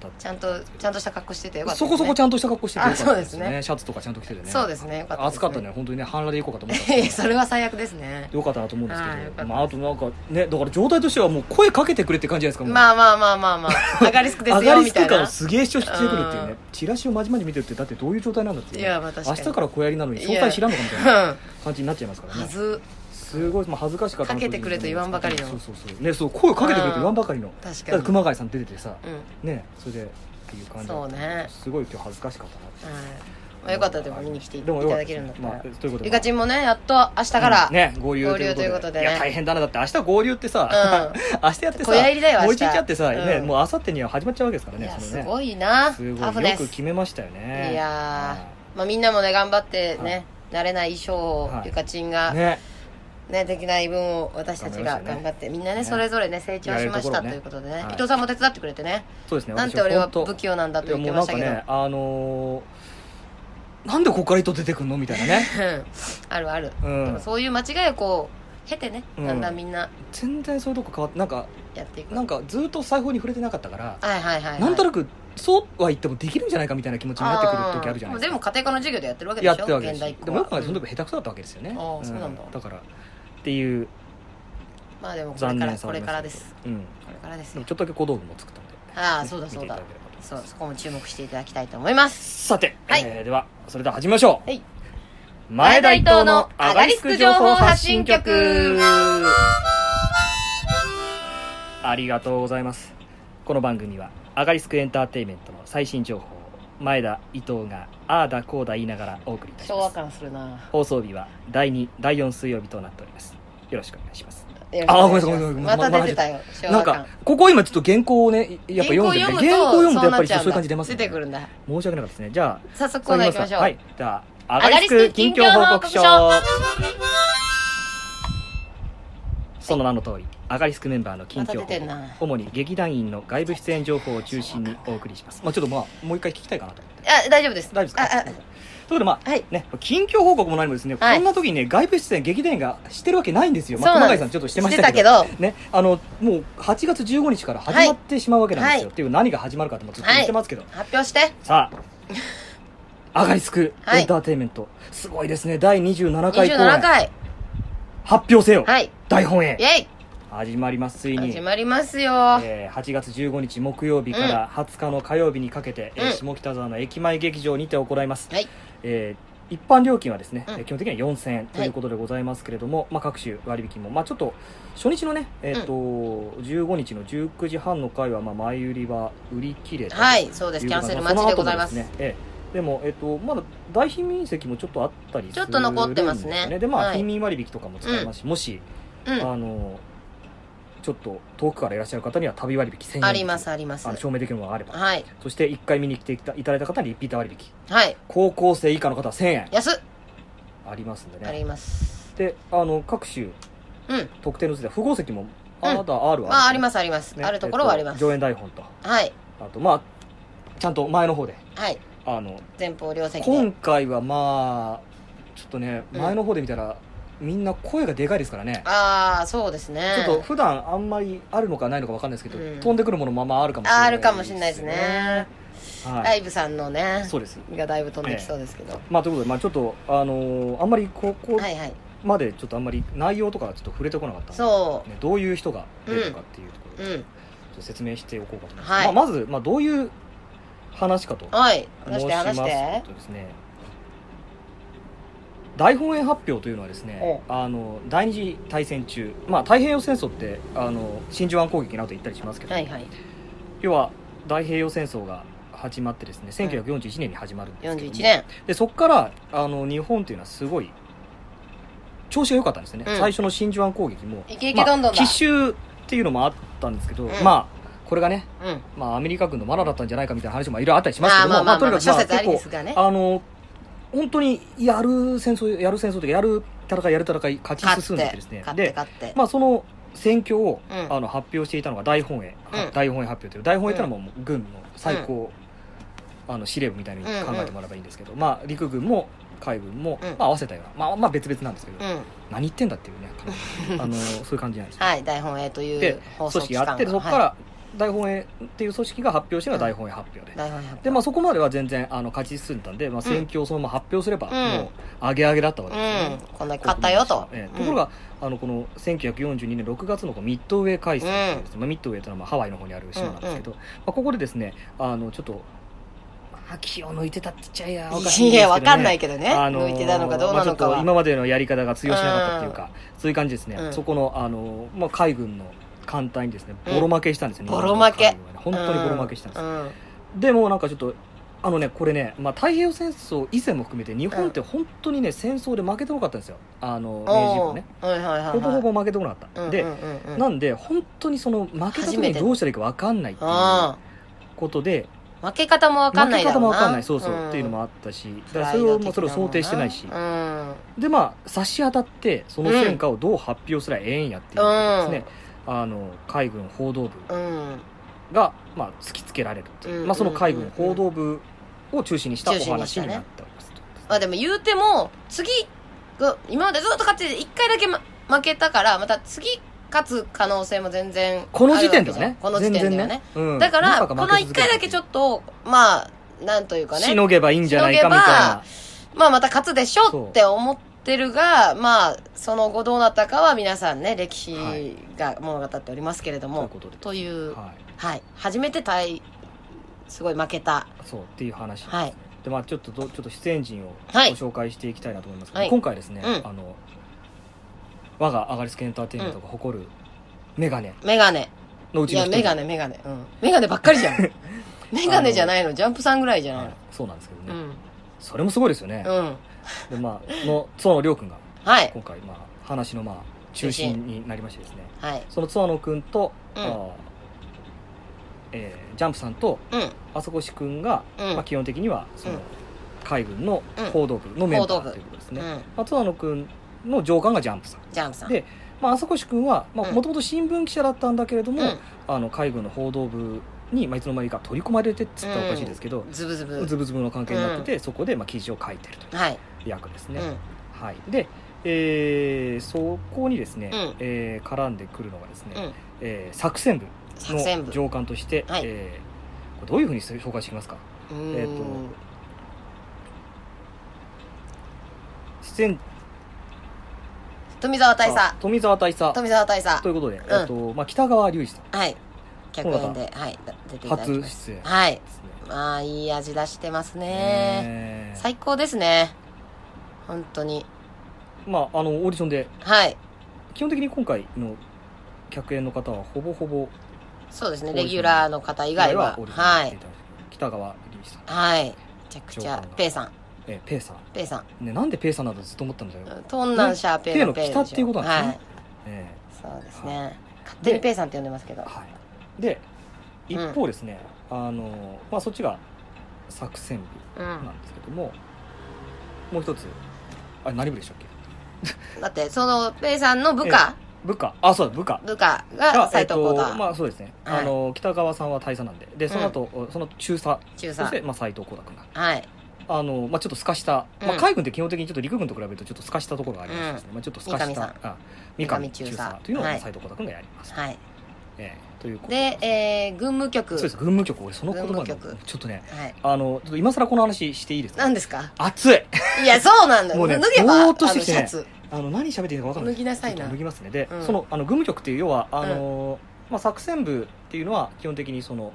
Speaker 3: た
Speaker 2: ちゃんとちゃんとした格好しててよかった
Speaker 3: そこそこち
Speaker 2: ゃん
Speaker 3: ゃんとした格好しててよかったですね
Speaker 2: あそうです
Speaker 3: シャツとかちゃんと着ててね
Speaker 2: そうですねよかったです
Speaker 3: 暑かったね本当にね半裸で行こうかと思ったん
Speaker 2: い
Speaker 3: で
Speaker 2: や
Speaker 3: す
Speaker 2: そ
Speaker 3: けど
Speaker 2: れは最悪ですね
Speaker 3: よかったなと思うんです
Speaker 2: あーよかっ
Speaker 3: け
Speaker 2: た
Speaker 3: どまああとなんかねだから状態としてはもう声かけてくれって感じじゃないですかもう
Speaker 2: まあまあまあまあまあ上がりスクです
Speaker 3: 上が
Speaker 2: よ
Speaker 3: り
Speaker 2: み
Speaker 3: ス
Speaker 2: た
Speaker 3: ク
Speaker 2: い
Speaker 3: 感を
Speaker 2: な
Speaker 3: すげえ主張してくるっていう
Speaker 2: う
Speaker 3: ね
Speaker 2: ん
Speaker 3: チラシをまじまじ見てるってだってどういう状態なんだっていうね
Speaker 2: いやまあ確か
Speaker 3: 明
Speaker 2: に
Speaker 3: 日から小やりなのに
Speaker 2: い
Speaker 3: 詳
Speaker 2: や
Speaker 3: 細知らんのかみたいな感じになっちゃいますか
Speaker 2: うん
Speaker 3: ら
Speaker 2: は
Speaker 3: ね
Speaker 2: ず
Speaker 3: すごい、まあ、恥ずかしかったな
Speaker 2: かけてくれと言わんばかりの
Speaker 3: そうそうそうねそう声をかけてくれと言わんばかりの
Speaker 2: 確
Speaker 3: だか
Speaker 2: からに
Speaker 3: 熊谷さん出ててさ
Speaker 2: うん
Speaker 3: ねそれでっていう感じだ
Speaker 2: そう
Speaker 3: った
Speaker 2: ね
Speaker 3: すごい今日恥ずかしかったなって
Speaker 2: はいまあよかったらでも見に来ていただけるんだった
Speaker 3: まあ
Speaker 2: ら
Speaker 3: ということで
Speaker 2: リカチンもねやっと明日から
Speaker 3: うんね合流
Speaker 2: 合流ということでね
Speaker 3: いや大変だなだって明日合流ってさ、明日やってさ
Speaker 2: 小屋入りだよ明日
Speaker 3: もう一日やってさ、
Speaker 2: うん
Speaker 3: ねもう明後日には始まっちゃうわけですから
Speaker 2: い
Speaker 3: ね
Speaker 2: や
Speaker 3: その
Speaker 2: す
Speaker 3: ね
Speaker 2: ごいな
Speaker 3: すごい
Speaker 2: タフで
Speaker 3: よく
Speaker 2: す
Speaker 3: 決めましたよね
Speaker 2: いやーまあみんなもね頑張ってね慣れない衣装を
Speaker 3: はい
Speaker 2: リカチン
Speaker 3: うん
Speaker 2: が
Speaker 3: ね
Speaker 2: ね、できない分を私たちが頑張って、みんなね
Speaker 3: ね
Speaker 2: それぞれね成長しましたということでね
Speaker 3: やれるところねはい
Speaker 2: 伊藤さんも手伝ってくれてね、
Speaker 3: そうですね
Speaker 2: なんて
Speaker 3: 私
Speaker 2: 俺は
Speaker 3: 本当
Speaker 2: 不器用なんだと言っ
Speaker 3: い
Speaker 2: て
Speaker 3: や
Speaker 2: ま
Speaker 3: も
Speaker 2: し
Speaker 3: う
Speaker 2: たけど、
Speaker 3: なんかねあのーなんでここから糸出てくんのみたい なね
Speaker 2: あるある、
Speaker 3: うん
Speaker 2: でもそういう間違いをこう経てね
Speaker 3: うん
Speaker 2: だんだんみんな
Speaker 3: 全然そういうとこ変わってなんか
Speaker 2: やっていく、
Speaker 3: なんかずっと裁縫に触れてなかったから、
Speaker 2: はいはいはい、はい、
Speaker 3: なんと
Speaker 2: な
Speaker 3: なくそうは言ってもできるんじゃないかみたいな気持ちになってくる時あるじゃないです
Speaker 2: で
Speaker 3: か
Speaker 2: も家庭科の授業でやってるわけでし
Speaker 3: や
Speaker 2: ょ
Speaker 3: ってるわけで
Speaker 2: 現
Speaker 3: す
Speaker 2: 代っ
Speaker 3: で
Speaker 2: 子は
Speaker 3: もよく考え
Speaker 2: う
Speaker 3: てそ
Speaker 2: ん
Speaker 3: の時下手くそだったわけですよね
Speaker 2: あーそうなんだ
Speaker 3: だからっていう
Speaker 2: まあでもこれ
Speaker 3: 残
Speaker 2: から
Speaker 3: 念さ
Speaker 2: こ
Speaker 3: はあ
Speaker 2: れ
Speaker 3: りま
Speaker 2: から
Speaker 3: た
Speaker 2: で
Speaker 3: け
Speaker 2: す
Speaker 3: どうん
Speaker 2: これからですよ
Speaker 3: でもちょっとだけ小道具も作ったんで
Speaker 2: ああ
Speaker 3: ね
Speaker 2: そうだそうだ
Speaker 3: 見ていただければと思います
Speaker 2: そうそこも注目していただきたいと思います
Speaker 3: さて、
Speaker 2: はい
Speaker 3: えーではそれでは始めましょう、
Speaker 2: はい
Speaker 3: 前田伊藤のアガリスク情報発信局ありがとうございますこの番組はアガリスクエンターテインメントの最新情報を前田伊藤がああだこうだ言いながらお送りいたし
Speaker 2: 昭和
Speaker 3: ます
Speaker 2: 感するな
Speaker 3: 放送日は第2第4水曜日となっておりますよろしくお願いします
Speaker 2: よろしくお願いします
Speaker 3: あーごめんなさいごめんな
Speaker 2: ま
Speaker 3: さい
Speaker 2: た出てたよ昭
Speaker 3: なん
Speaker 2: 和感
Speaker 3: かここ今ちょっと原稿をねやっぱ読んでるんで
Speaker 2: 原
Speaker 3: 原
Speaker 2: 稿
Speaker 3: 稿
Speaker 2: を読む
Speaker 3: 読む
Speaker 2: と
Speaker 3: とやっぱりそういう感じ出
Speaker 2: 出
Speaker 3: ま
Speaker 2: ますす、
Speaker 3: ね
Speaker 2: 出てくるんだ
Speaker 3: 申し訳なかったですねじゃあ
Speaker 2: 早速コーナー行きましょう
Speaker 3: はいじゃあ
Speaker 2: ア
Speaker 3: ア
Speaker 2: ガ
Speaker 3: ガ
Speaker 2: リス
Speaker 3: リス
Speaker 2: ク
Speaker 3: ク
Speaker 2: 近
Speaker 3: 近
Speaker 2: 況
Speaker 3: 況
Speaker 2: 報
Speaker 3: 報
Speaker 2: 告
Speaker 3: 告
Speaker 2: 書
Speaker 3: 書その名の通りアガリスクメンバーの近況
Speaker 2: また出てんな
Speaker 3: 報告主に劇団員の外部出演情報を中心にお送りしますまあちょっとまあもう一回聞きたいかなと思って
Speaker 2: あ大丈夫です
Speaker 3: 大丈夫ですか
Speaker 2: あ
Speaker 3: ということでま
Speaker 2: あはい
Speaker 3: あね近況報告も何もですねこ
Speaker 2: はい
Speaker 3: んな時にね外部出演劇団員がしてるわけないんですよまあ
Speaker 2: そう
Speaker 3: 熊
Speaker 2: なんで
Speaker 3: 谷
Speaker 2: す
Speaker 3: さんちょっとしてましたけど
Speaker 2: して
Speaker 3: ね、あのもう8月15日から始まってしまうわけなんですよ、
Speaker 2: はい
Speaker 3: っていう何が始まるかってもずっと言ってますけど、
Speaker 2: 発表して
Speaker 3: さあアガリスク
Speaker 2: はい
Speaker 3: エンターテインメント、すごいですね第27回公
Speaker 2: 27
Speaker 3: 演
Speaker 2: 回
Speaker 3: 発表せよ、
Speaker 2: はい
Speaker 3: 大本営
Speaker 2: イェイ
Speaker 3: 始まりますついに
Speaker 2: 始まりますよ
Speaker 3: えー8月15日木曜日から20日の火曜日にかけて、えー
Speaker 2: うん
Speaker 3: 下北沢の駅前劇場にて行います、
Speaker 2: はい
Speaker 3: えー一般料金はですね、
Speaker 2: うん
Speaker 3: えー基本的には4000円ということでございますけれども、まあ、各種割引も、まあ、ちょっと初日のね、えーと15日の19時半の回はまあ前売りは売り切れた
Speaker 2: はいそうです
Speaker 3: いう
Speaker 2: キ
Speaker 3: こ
Speaker 2: ャ
Speaker 3: と
Speaker 2: ンセル
Speaker 3: まあ
Speaker 2: 待ちでございます
Speaker 3: その後もですね、ええでも、えっと、まだ大貧民席もちょっとあったりするんです
Speaker 2: ち
Speaker 3: よ、
Speaker 2: ょっと残ってますね
Speaker 3: で、まあ、
Speaker 2: はい
Speaker 3: 貧民割引とかも使えますし、もし、
Speaker 2: うん
Speaker 3: あの、ちょっと遠くからいらっしゃる方には旅割引1000円
Speaker 2: ありますあります
Speaker 3: あの証明できるものがあれば。
Speaker 2: はい
Speaker 3: そして、1回見に来ていただいた方にリピーター割引。
Speaker 2: はい
Speaker 3: 高校生以下の方は1000円
Speaker 2: 安っ
Speaker 3: ありますんで
Speaker 2: あ
Speaker 3: ね。
Speaker 2: ります
Speaker 3: で、あの、各種
Speaker 2: うん
Speaker 3: 特定のついた不合席も、あまだある。
Speaker 2: まあありますすあります
Speaker 3: ね
Speaker 2: あるところはありま
Speaker 3: えっ
Speaker 2: す
Speaker 3: 上演台本と、
Speaker 2: はい
Speaker 3: あと、まあ、ちゃんと前の方で、
Speaker 2: はい
Speaker 3: あの、
Speaker 2: 前方両席で
Speaker 3: 今回はまあちょっとね
Speaker 2: うん
Speaker 3: 前の方で見たら、みんな声がでかいですからね
Speaker 2: ああそうですね
Speaker 3: ちょっと普段あんまりあるのかないのかわかんないですけど、
Speaker 2: うん
Speaker 3: 飛んでくるものままあるかもしれない
Speaker 2: あるかもしれないですね
Speaker 3: ですねは
Speaker 2: ラ
Speaker 3: い
Speaker 2: イブさんのね
Speaker 3: そうです
Speaker 2: がだいぶ飛んできそうですけど
Speaker 3: まあということで、まあ、ちょっとあのーあんまりここ
Speaker 2: はいはい
Speaker 3: までちょっとあんまり内容とかちょっと触れてこなかったんで
Speaker 2: そ
Speaker 3: ね、どういう人が出るのかっていうとこ
Speaker 2: う
Speaker 3: ろ
Speaker 2: う
Speaker 3: で、ちょ
Speaker 2: ん
Speaker 3: っと説明しておこうかと思います、
Speaker 2: はい
Speaker 3: まあ、まず、まあ、どういう話かと
Speaker 2: はい
Speaker 3: 申
Speaker 2: 話
Speaker 3: し
Speaker 2: して
Speaker 3: ま
Speaker 2: 話
Speaker 3: す
Speaker 2: して
Speaker 3: とですね大本営発表というのはですね
Speaker 2: え
Speaker 3: あの第二次大戦中、まあ、太平洋戦争ってあの真珠湾攻撃などと言ったりしますけど、
Speaker 2: はいはい
Speaker 3: 要は太平洋戦争が始まってですね1941年に始まるんですけども
Speaker 2: 41年
Speaker 3: でそこからあの日本というのはすごい調子が良かったんですよね、
Speaker 2: うん
Speaker 3: 最初の真珠湾攻撃も
Speaker 2: イケイケどんどんだ
Speaker 3: まあ奇襲っていうのもあったんですけど、
Speaker 2: ん
Speaker 3: まあこれがね、
Speaker 2: うん。
Speaker 3: まあ、アメリカ軍のマラだったんじゃないかみたいな話もいろいろあったりしますけども、
Speaker 2: まあまあまあ
Speaker 3: とにかく
Speaker 2: 諸説ありですがね
Speaker 3: あの本当にやる戦争やる戦争というかやる戦いやる戦い勝
Speaker 2: 勝っ
Speaker 3: ち進んでいってです
Speaker 2: て
Speaker 3: ね、
Speaker 2: 勝って
Speaker 3: で、
Speaker 2: 勝って。
Speaker 3: まあ、その戦況を、
Speaker 2: うん
Speaker 3: あの発表していたのが大本営、
Speaker 2: うん
Speaker 3: 大本営発表という大本営ってのはもう軍の最高、あの司令部みたいに考えてもらえばいいんですけど、まあ、陸軍も海軍も、
Speaker 2: うん
Speaker 3: まあ、合わせたような、まあ、まあ別々なんですけど、
Speaker 2: うん。
Speaker 3: 何言ってんだっていうね 感じあのそういう感じなんですよ
Speaker 2: はい、大本営という
Speaker 3: で
Speaker 2: 放
Speaker 3: 組
Speaker 2: 送機
Speaker 3: 織
Speaker 2: 関
Speaker 3: があって
Speaker 2: が
Speaker 3: そこか
Speaker 2: は
Speaker 3: ら大本営っていう組織が発表したのが大本営発表
Speaker 2: い
Speaker 3: で、
Speaker 2: 大本営発表
Speaker 3: でまあ、そこまでは全然あの勝ち進んだんで、まあ、戦況をそのまま発表すれば、
Speaker 2: うん
Speaker 3: もう上げ上げだったわけですよね、
Speaker 2: うん。こんなに勝ったよと。
Speaker 3: ええところが、あのこの1942年6月のこうミッドウェー海戦っていうですね、まあ、ミッドウェーというのはまあハワイの方にある島なんですけど、まあ、ここでですねあのちょっと、まあ、気を抜いてたって言っちゃいやおかしいん
Speaker 2: い
Speaker 3: ですけど、ね、
Speaker 2: や、わかんないけどね。
Speaker 3: あのー
Speaker 2: 抜いてたのかどうなのか
Speaker 3: まあちょっと
Speaker 2: は。
Speaker 3: 今までのやり方が通用しなかったっていうか、そういう感じですね、
Speaker 2: うん
Speaker 3: そこの、あのーまあ、海軍の艦隊にですねボロ負けしたんですよね、
Speaker 2: ボロ負け
Speaker 3: 日本の海軍はね本当にボロ負けしたんです
Speaker 2: う
Speaker 3: よ、
Speaker 2: ん。
Speaker 3: でもなんかちょっとあのねこれね、まあ、太平洋戦争以前も含めて日本って本当にね戦争で負けてこなかったんですよあの明治以
Speaker 2: お
Speaker 3: 降
Speaker 2: ー
Speaker 3: ね
Speaker 2: はいはいはいはい。
Speaker 3: ほぼほぼ負けてこなかった、
Speaker 2: うんうんうんうん、
Speaker 3: で、
Speaker 2: な
Speaker 3: なんんで本当にその負けた時
Speaker 2: 初め
Speaker 3: に
Speaker 2: て
Speaker 3: どうしたらいいか分かんないっていう
Speaker 2: あ
Speaker 3: ことで
Speaker 2: あ負け方もわかんない
Speaker 3: 負け
Speaker 2: だろ
Speaker 3: 方
Speaker 2: うな
Speaker 3: も分かんないそうそう、っていうのも
Speaker 2: あ
Speaker 3: あったしだからそれをもうそれを想定してないし、
Speaker 2: うん、
Speaker 3: でまあ差し当たってその戦果をどう発表すりゃええんやっていうことですね、あの海軍報道部
Speaker 2: うん、
Speaker 3: が、まあ、突きつけられるっていう、
Speaker 2: うん
Speaker 3: まあ、その海軍報道部を中心にしたお話になっております、
Speaker 2: まあでも言うても次が今までずっと勝ってて一回だけ、ま、負けたからまた次勝つ可能性も全然ある
Speaker 3: この時点では
Speaker 2: わけじ
Speaker 3: ね
Speaker 2: ゃんこの時点ではね、
Speaker 3: うん
Speaker 2: だから、
Speaker 3: まさ
Speaker 2: この
Speaker 3: か負け
Speaker 2: 1
Speaker 3: 続け
Speaker 2: 回
Speaker 3: る
Speaker 2: だけちょっとまあなんというかね
Speaker 3: しのげばいいんじゃないかみたいな
Speaker 2: まあまた勝つでしょって思ってるが、まあその後どうなったかは皆さんね、歴史
Speaker 3: はい
Speaker 2: が物語っておりますけれど
Speaker 3: という
Speaker 2: も、
Speaker 3: ことで
Speaker 2: という、はい、
Speaker 3: はい、
Speaker 2: 初めて対、すごい負けた。
Speaker 3: そうっていう話ですね、
Speaker 2: はい
Speaker 3: でまあちょっとどちょっと出演陣をご
Speaker 2: はい
Speaker 3: 紹介していきたいなと思いますけど、
Speaker 2: はい
Speaker 3: 今回ですね、
Speaker 2: うん
Speaker 3: あの我がアガリスクエンターテインメントが誇るメガネ
Speaker 2: メガネ。
Speaker 3: のう
Speaker 2: い
Speaker 3: ちの
Speaker 2: や、
Speaker 3: 一人
Speaker 2: メガネ、メガネ。うん。メガネばっかりじゃん。メガネじゃないの、ジャンプさんぐらいじゃな
Speaker 3: はいいそうなんですけどね、
Speaker 2: の。うん。
Speaker 3: それもすごいですよね、
Speaker 2: うん。
Speaker 3: でまあのその亮君が
Speaker 2: はい。
Speaker 3: 今回まあ話のまあ中心になりましてですね
Speaker 2: はい。
Speaker 3: その妻野君と、
Speaker 2: うん
Speaker 3: あーえージャンプさんと
Speaker 2: うん。
Speaker 3: あそこし君が、
Speaker 2: うん
Speaker 3: まあ、基本的にはその、
Speaker 2: うん
Speaker 3: 海軍の報道部のメンバーということですね、
Speaker 2: うん。
Speaker 3: まあ、妻野君の上官がジャンプさん、
Speaker 2: ジャンプさん。
Speaker 3: でまああそこし君はも
Speaker 2: うん
Speaker 3: ともと新聞記者だったんだけれども、
Speaker 2: う
Speaker 3: あの海軍の報道部に、まあ、いつの間にか取り込まれてっつったらおかしいですけど
Speaker 2: ん。、ズブズブ。
Speaker 3: ズブズブの関係になってて、そこでまあ記事を書いてると
Speaker 2: はい。
Speaker 3: いう役です
Speaker 2: う
Speaker 3: ね、
Speaker 2: ん。
Speaker 3: はい、で、えーそこにですね、
Speaker 2: うん
Speaker 3: えー絡んでくるのがですね、
Speaker 2: うん。
Speaker 3: えー作戦部
Speaker 2: 作戦
Speaker 3: の
Speaker 2: 部。
Speaker 3: 上官として、
Speaker 2: はい
Speaker 3: えーこれどういうふうに紹介していきますか
Speaker 2: うん
Speaker 3: えーと出演
Speaker 2: 富澤大佐
Speaker 3: あ。富澤大佐
Speaker 2: 富澤大佐
Speaker 3: と。いうことで、えっとまあ、北川隆一さん
Speaker 2: はい。客演で、はい、出ていただき
Speaker 3: 初
Speaker 2: ます。
Speaker 3: 出演で
Speaker 2: はい。
Speaker 3: すね
Speaker 2: まあ、いい味出してますね。
Speaker 3: えー
Speaker 2: 最高ですね。本当に。
Speaker 3: まああのオーディションで
Speaker 2: はい。
Speaker 3: 基本的に今回の客演の方はほぼほぼ
Speaker 2: そうですね。
Speaker 3: オーデ
Speaker 2: レ
Speaker 3: ィション
Speaker 2: ギュラーの方以外は
Speaker 3: オー。ディション
Speaker 2: は
Speaker 3: に出て
Speaker 2: い
Speaker 3: い。ただいて北川隆一さん、
Speaker 2: はい。めちゃくちゃ。ペイさん。
Speaker 3: えーペイさ
Speaker 2: ペイさん。
Speaker 3: ん、ね、なんでペイさんなんだとずっと思ったんだよ、
Speaker 2: トンナンシャーペイの
Speaker 3: ね
Speaker 2: ペイでしょ。
Speaker 3: ペイの北っていうことなんですねえ
Speaker 2: はい。そうですね。勝手にペイさんって呼んでますけど。
Speaker 3: ーはい、で一方ですね、あのまあ、そっちが作戦部
Speaker 2: うん
Speaker 3: な。んですけども、もう一つあれ何部でしたっけ
Speaker 2: だって、そのペイさんの部下、
Speaker 3: 部下あそうだ部下
Speaker 2: 部下
Speaker 3: が
Speaker 2: が斎藤幸
Speaker 3: えっとま
Speaker 2: 太。
Speaker 3: あそうですね、
Speaker 2: はい
Speaker 3: あの北川さんは大佐なんででその後、その中佐
Speaker 2: 中
Speaker 3: そし
Speaker 2: 佐
Speaker 3: て、。まあ、斉藤幸太君が
Speaker 2: はい。
Speaker 3: あの、まあ、ちょっと透かした、ま
Speaker 2: う
Speaker 3: あ、
Speaker 2: ん
Speaker 3: 海軍って基本的にちょっと陸軍と比べるとちょっと透かしたところがありますですね、まあ、ちょっと透かし
Speaker 2: 三上さん
Speaker 3: たあ三上
Speaker 2: 三上
Speaker 3: 中
Speaker 2: 中
Speaker 3: 佐
Speaker 2: 佐
Speaker 3: というのを
Speaker 2: はい
Speaker 3: 斉藤幸太君がやります、
Speaker 2: はい。
Speaker 3: ええということ
Speaker 2: で、えー、軍務局。
Speaker 3: そうです軍務局俺その言葉
Speaker 2: 軍
Speaker 3: で
Speaker 2: 務局
Speaker 3: ちょっとね
Speaker 2: はい。
Speaker 3: あのちょっと今更この話していいですか
Speaker 2: 何ですか
Speaker 3: 熱 い
Speaker 2: いや、そうなんだよ。
Speaker 3: もうね
Speaker 2: 脱げば、
Speaker 3: ぼーっとしてきてね
Speaker 2: あのシャツ。
Speaker 3: あの何喋っていいのか分かんない
Speaker 2: 脱ぎなさいな
Speaker 3: ちょっと脱ぎますねで、
Speaker 2: うん
Speaker 3: そのあの軍務局っていう要はあの、まあ、作戦部っていうのは基本的にその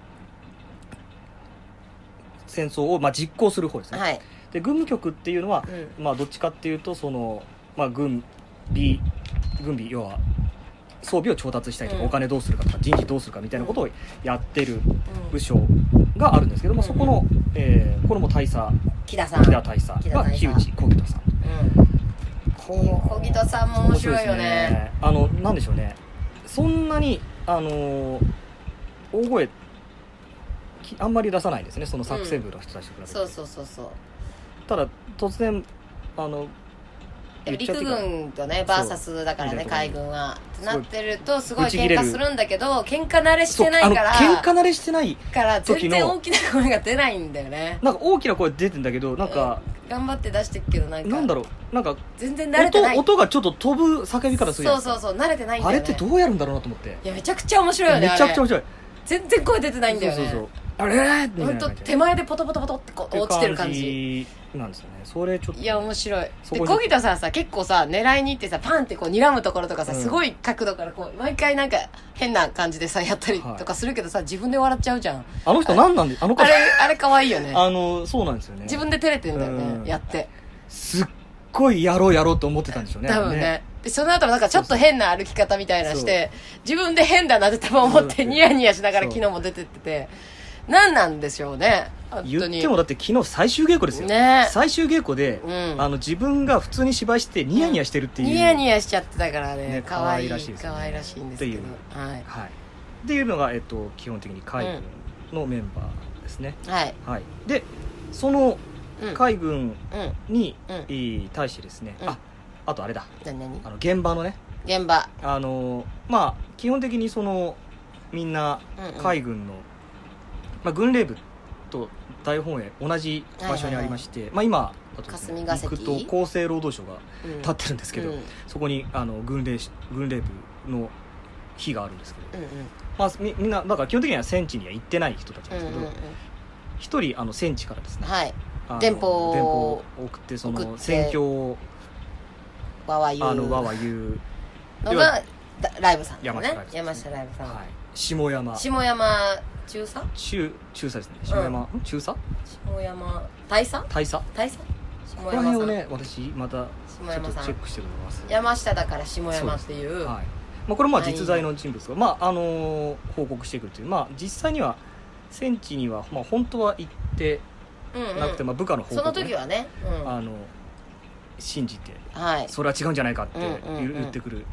Speaker 3: 戦争を、まあ、実行する方ですね、
Speaker 2: はい。
Speaker 3: で軍務局っていうのは
Speaker 2: う、ん。
Speaker 3: まあ、どっちかっていうとその、まあ、軍備軍備要は装備を調達したりとか、
Speaker 2: うん
Speaker 3: お金どうするかとか人事どうするかみたいなことをやってる部署があるんですけども、そこの、えーこれも大佐
Speaker 2: 木田さん。
Speaker 3: 木田大佐
Speaker 2: 木田
Speaker 3: が
Speaker 2: 大佐
Speaker 3: 木内小木田さん
Speaker 2: うん。小木田さんも面白いよね。
Speaker 3: あのなんでしょうねそんなにあのー大声きあんまり出さないんですねその作成部の人たちと比べて、
Speaker 2: そうそうそうそう
Speaker 3: ただ突然あの
Speaker 2: やっぱ
Speaker 3: 言っちゃっ
Speaker 2: 陸
Speaker 3: てから
Speaker 2: 軍とね
Speaker 3: そう
Speaker 2: バーサスだからね
Speaker 3: みた
Speaker 2: 海
Speaker 3: いなと
Speaker 2: 軍はって
Speaker 3: すごい
Speaker 2: なってるとすごい
Speaker 3: ぶち
Speaker 2: 喧
Speaker 3: 切れる
Speaker 2: 嘩するんだけど喧嘩慣れしてないから
Speaker 3: そうあの喧嘩慣れしてない
Speaker 2: から全然
Speaker 3: 時の
Speaker 2: 大きな声が出ないんだよね
Speaker 3: なんか大きな声出てんだけどなんか、
Speaker 2: 頑張って出してるけどなんか
Speaker 3: なんだろうなんか
Speaker 2: 全然慣れてない
Speaker 3: 音音がちょっと飛ぶ叫び方するや
Speaker 2: そ
Speaker 3: ん
Speaker 2: うそうそう慣れてないん
Speaker 3: あ
Speaker 2: だ
Speaker 3: れ
Speaker 2: よ
Speaker 3: っ
Speaker 2: ね
Speaker 3: てどうやるんだろうなと思って
Speaker 2: いやめちゃくちゃ面白いよね
Speaker 3: めちゃくち
Speaker 2: あ
Speaker 3: ゃ面
Speaker 2: れ
Speaker 3: 白い
Speaker 2: 全然声出てないんだよね
Speaker 3: そうそうそうあれーみたい
Speaker 2: 本
Speaker 3: な
Speaker 2: 当
Speaker 3: 感じ
Speaker 2: 手前でポトポトポトってこう落ちてる感じ
Speaker 3: って感じなんですよねそれちょっと
Speaker 2: いや面白い
Speaker 3: そ
Speaker 2: で
Speaker 3: こに
Speaker 2: 小木田さんさ結構さ狙いに行ってさパンってこう睨むところとかさ、
Speaker 3: うん
Speaker 2: すごい角度からこう毎回なんか変な感じでさやったりとかするけどさ、自分で笑っちゃうじゃん
Speaker 3: あの人何なんであの子
Speaker 2: あれあれ可愛いよね
Speaker 3: あのそうなんですよね
Speaker 2: 自分で照れてんだよね、
Speaker 3: うん
Speaker 2: やって
Speaker 3: すっごいやろうやろうと思ってたんでしょうね
Speaker 2: 多分ねでその後もなんかちょっと変な歩き方みたいなして自分で変だなって多分思っ
Speaker 3: そ
Speaker 2: て
Speaker 3: う
Speaker 2: ニヤニヤしながら
Speaker 3: そう
Speaker 2: 昨日も出てってて何なんでしょうね本
Speaker 3: 言
Speaker 2: 当
Speaker 3: っ
Speaker 2: に
Speaker 3: てもだって昨日最終稽古ですよ
Speaker 2: ね
Speaker 3: 最終稽古で、
Speaker 2: うん
Speaker 3: あの自分が普通に芝居してニヤニヤしてるっていう、
Speaker 2: ニヤニヤしちゃってたからね
Speaker 3: ね
Speaker 2: 可愛い
Speaker 3: 可愛らしいですよね
Speaker 2: 可愛らしいんですけど
Speaker 3: という
Speaker 2: はい
Speaker 3: はい、っていうのが、えっと、基本的に海軍のメンバーですね、
Speaker 2: はい
Speaker 3: はい、でその
Speaker 2: うん
Speaker 3: 海軍
Speaker 2: うん
Speaker 3: に、
Speaker 2: うん
Speaker 3: えー対してですね、
Speaker 2: うん
Speaker 3: ああとあれだ
Speaker 2: 何何
Speaker 3: あの現場のね
Speaker 2: 現場
Speaker 3: あのまあ基本的にそのみんな
Speaker 2: うんうん
Speaker 3: 海軍の、まあ、軍令部と大本営同じ場所にありまして、まあ、今だとですね
Speaker 2: 霞が関
Speaker 3: 陸と厚生労働省が
Speaker 2: うん
Speaker 3: 立ってるんですけど、
Speaker 2: うん
Speaker 3: そこにあの軍令し軍令部の日があるんですけど、
Speaker 2: うんうん
Speaker 3: まあ、みみんなだから基本的には戦地には行ってない人たちなんですけ
Speaker 2: うんう
Speaker 3: ど
Speaker 2: ん
Speaker 3: 一、人あの戦地からです
Speaker 2: うん
Speaker 3: ね
Speaker 2: はい
Speaker 3: あの
Speaker 2: 電報を
Speaker 3: 電報を送ってそ
Speaker 2: 送っ
Speaker 3: の
Speaker 2: て
Speaker 3: 戦況を
Speaker 2: わわゆう
Speaker 3: あのわわ言う
Speaker 2: のがだライブさんだ
Speaker 3: 山下
Speaker 2: ね
Speaker 3: ライブさん
Speaker 2: 山下ライブさん、
Speaker 3: はい、下山
Speaker 2: 下山中佐
Speaker 3: 中中佐ですね下山、ん中佐
Speaker 2: 下山大佐
Speaker 3: 大佐
Speaker 2: 大佐
Speaker 3: こ
Speaker 2: 下山
Speaker 3: の辺
Speaker 2: さ
Speaker 3: を
Speaker 2: ん、
Speaker 3: ね私また
Speaker 2: 下
Speaker 3: ちょっ
Speaker 2: 山
Speaker 3: と
Speaker 2: さ
Speaker 3: チェ
Speaker 2: ん
Speaker 3: ックしてみます
Speaker 2: 山下だから下山っていう
Speaker 3: はいまあ、これもまあ実在の人物が、まああのー報告してくるという、まあ、実際には戦地には、まあ、本当は行って
Speaker 2: うんうん
Speaker 3: なくて、まあ、部下の報
Speaker 2: そ
Speaker 3: 告
Speaker 2: の
Speaker 3: をね、
Speaker 2: 時はね、うん、
Speaker 3: あの信じて
Speaker 2: はい
Speaker 3: それは違うんじゃないかって
Speaker 2: うんうんうん
Speaker 3: 言ってくる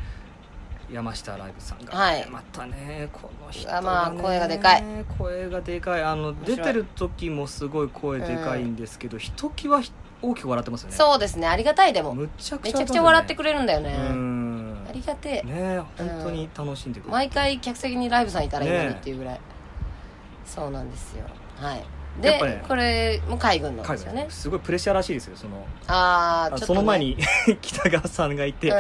Speaker 3: 山下ライブさんが、
Speaker 2: はい
Speaker 3: またねこの人
Speaker 2: あ
Speaker 3: が、ね、
Speaker 2: まあ声がでかい
Speaker 3: 声がでかいあの
Speaker 2: 白い
Speaker 3: 出てる時もすごい声でかいんですけど、ひときわひ大きく笑ってますよね
Speaker 2: そうですねありがたいでも
Speaker 3: むちゃくち
Speaker 2: め
Speaker 3: ゃ,、
Speaker 2: ちゃくちゃ笑って
Speaker 3: る
Speaker 2: くれるんだよね
Speaker 3: うん
Speaker 2: ありがてえ
Speaker 3: ね本当に楽しんでくれる
Speaker 2: 毎回客席にライブさんいたらいいのに
Speaker 3: ねえ
Speaker 2: っていうぐらい、そうなんですよはい
Speaker 3: やっ
Speaker 2: で、
Speaker 3: ぱね
Speaker 2: これも海軍なんで
Speaker 3: 海
Speaker 2: す
Speaker 3: 外
Speaker 2: よ
Speaker 3: ね
Speaker 2: ね
Speaker 3: すごいプレッシャーらしいですよその
Speaker 2: ああ
Speaker 3: あ
Speaker 2: ちょっと、ね、
Speaker 3: その前に 北川さんがい
Speaker 2: うん
Speaker 3: て、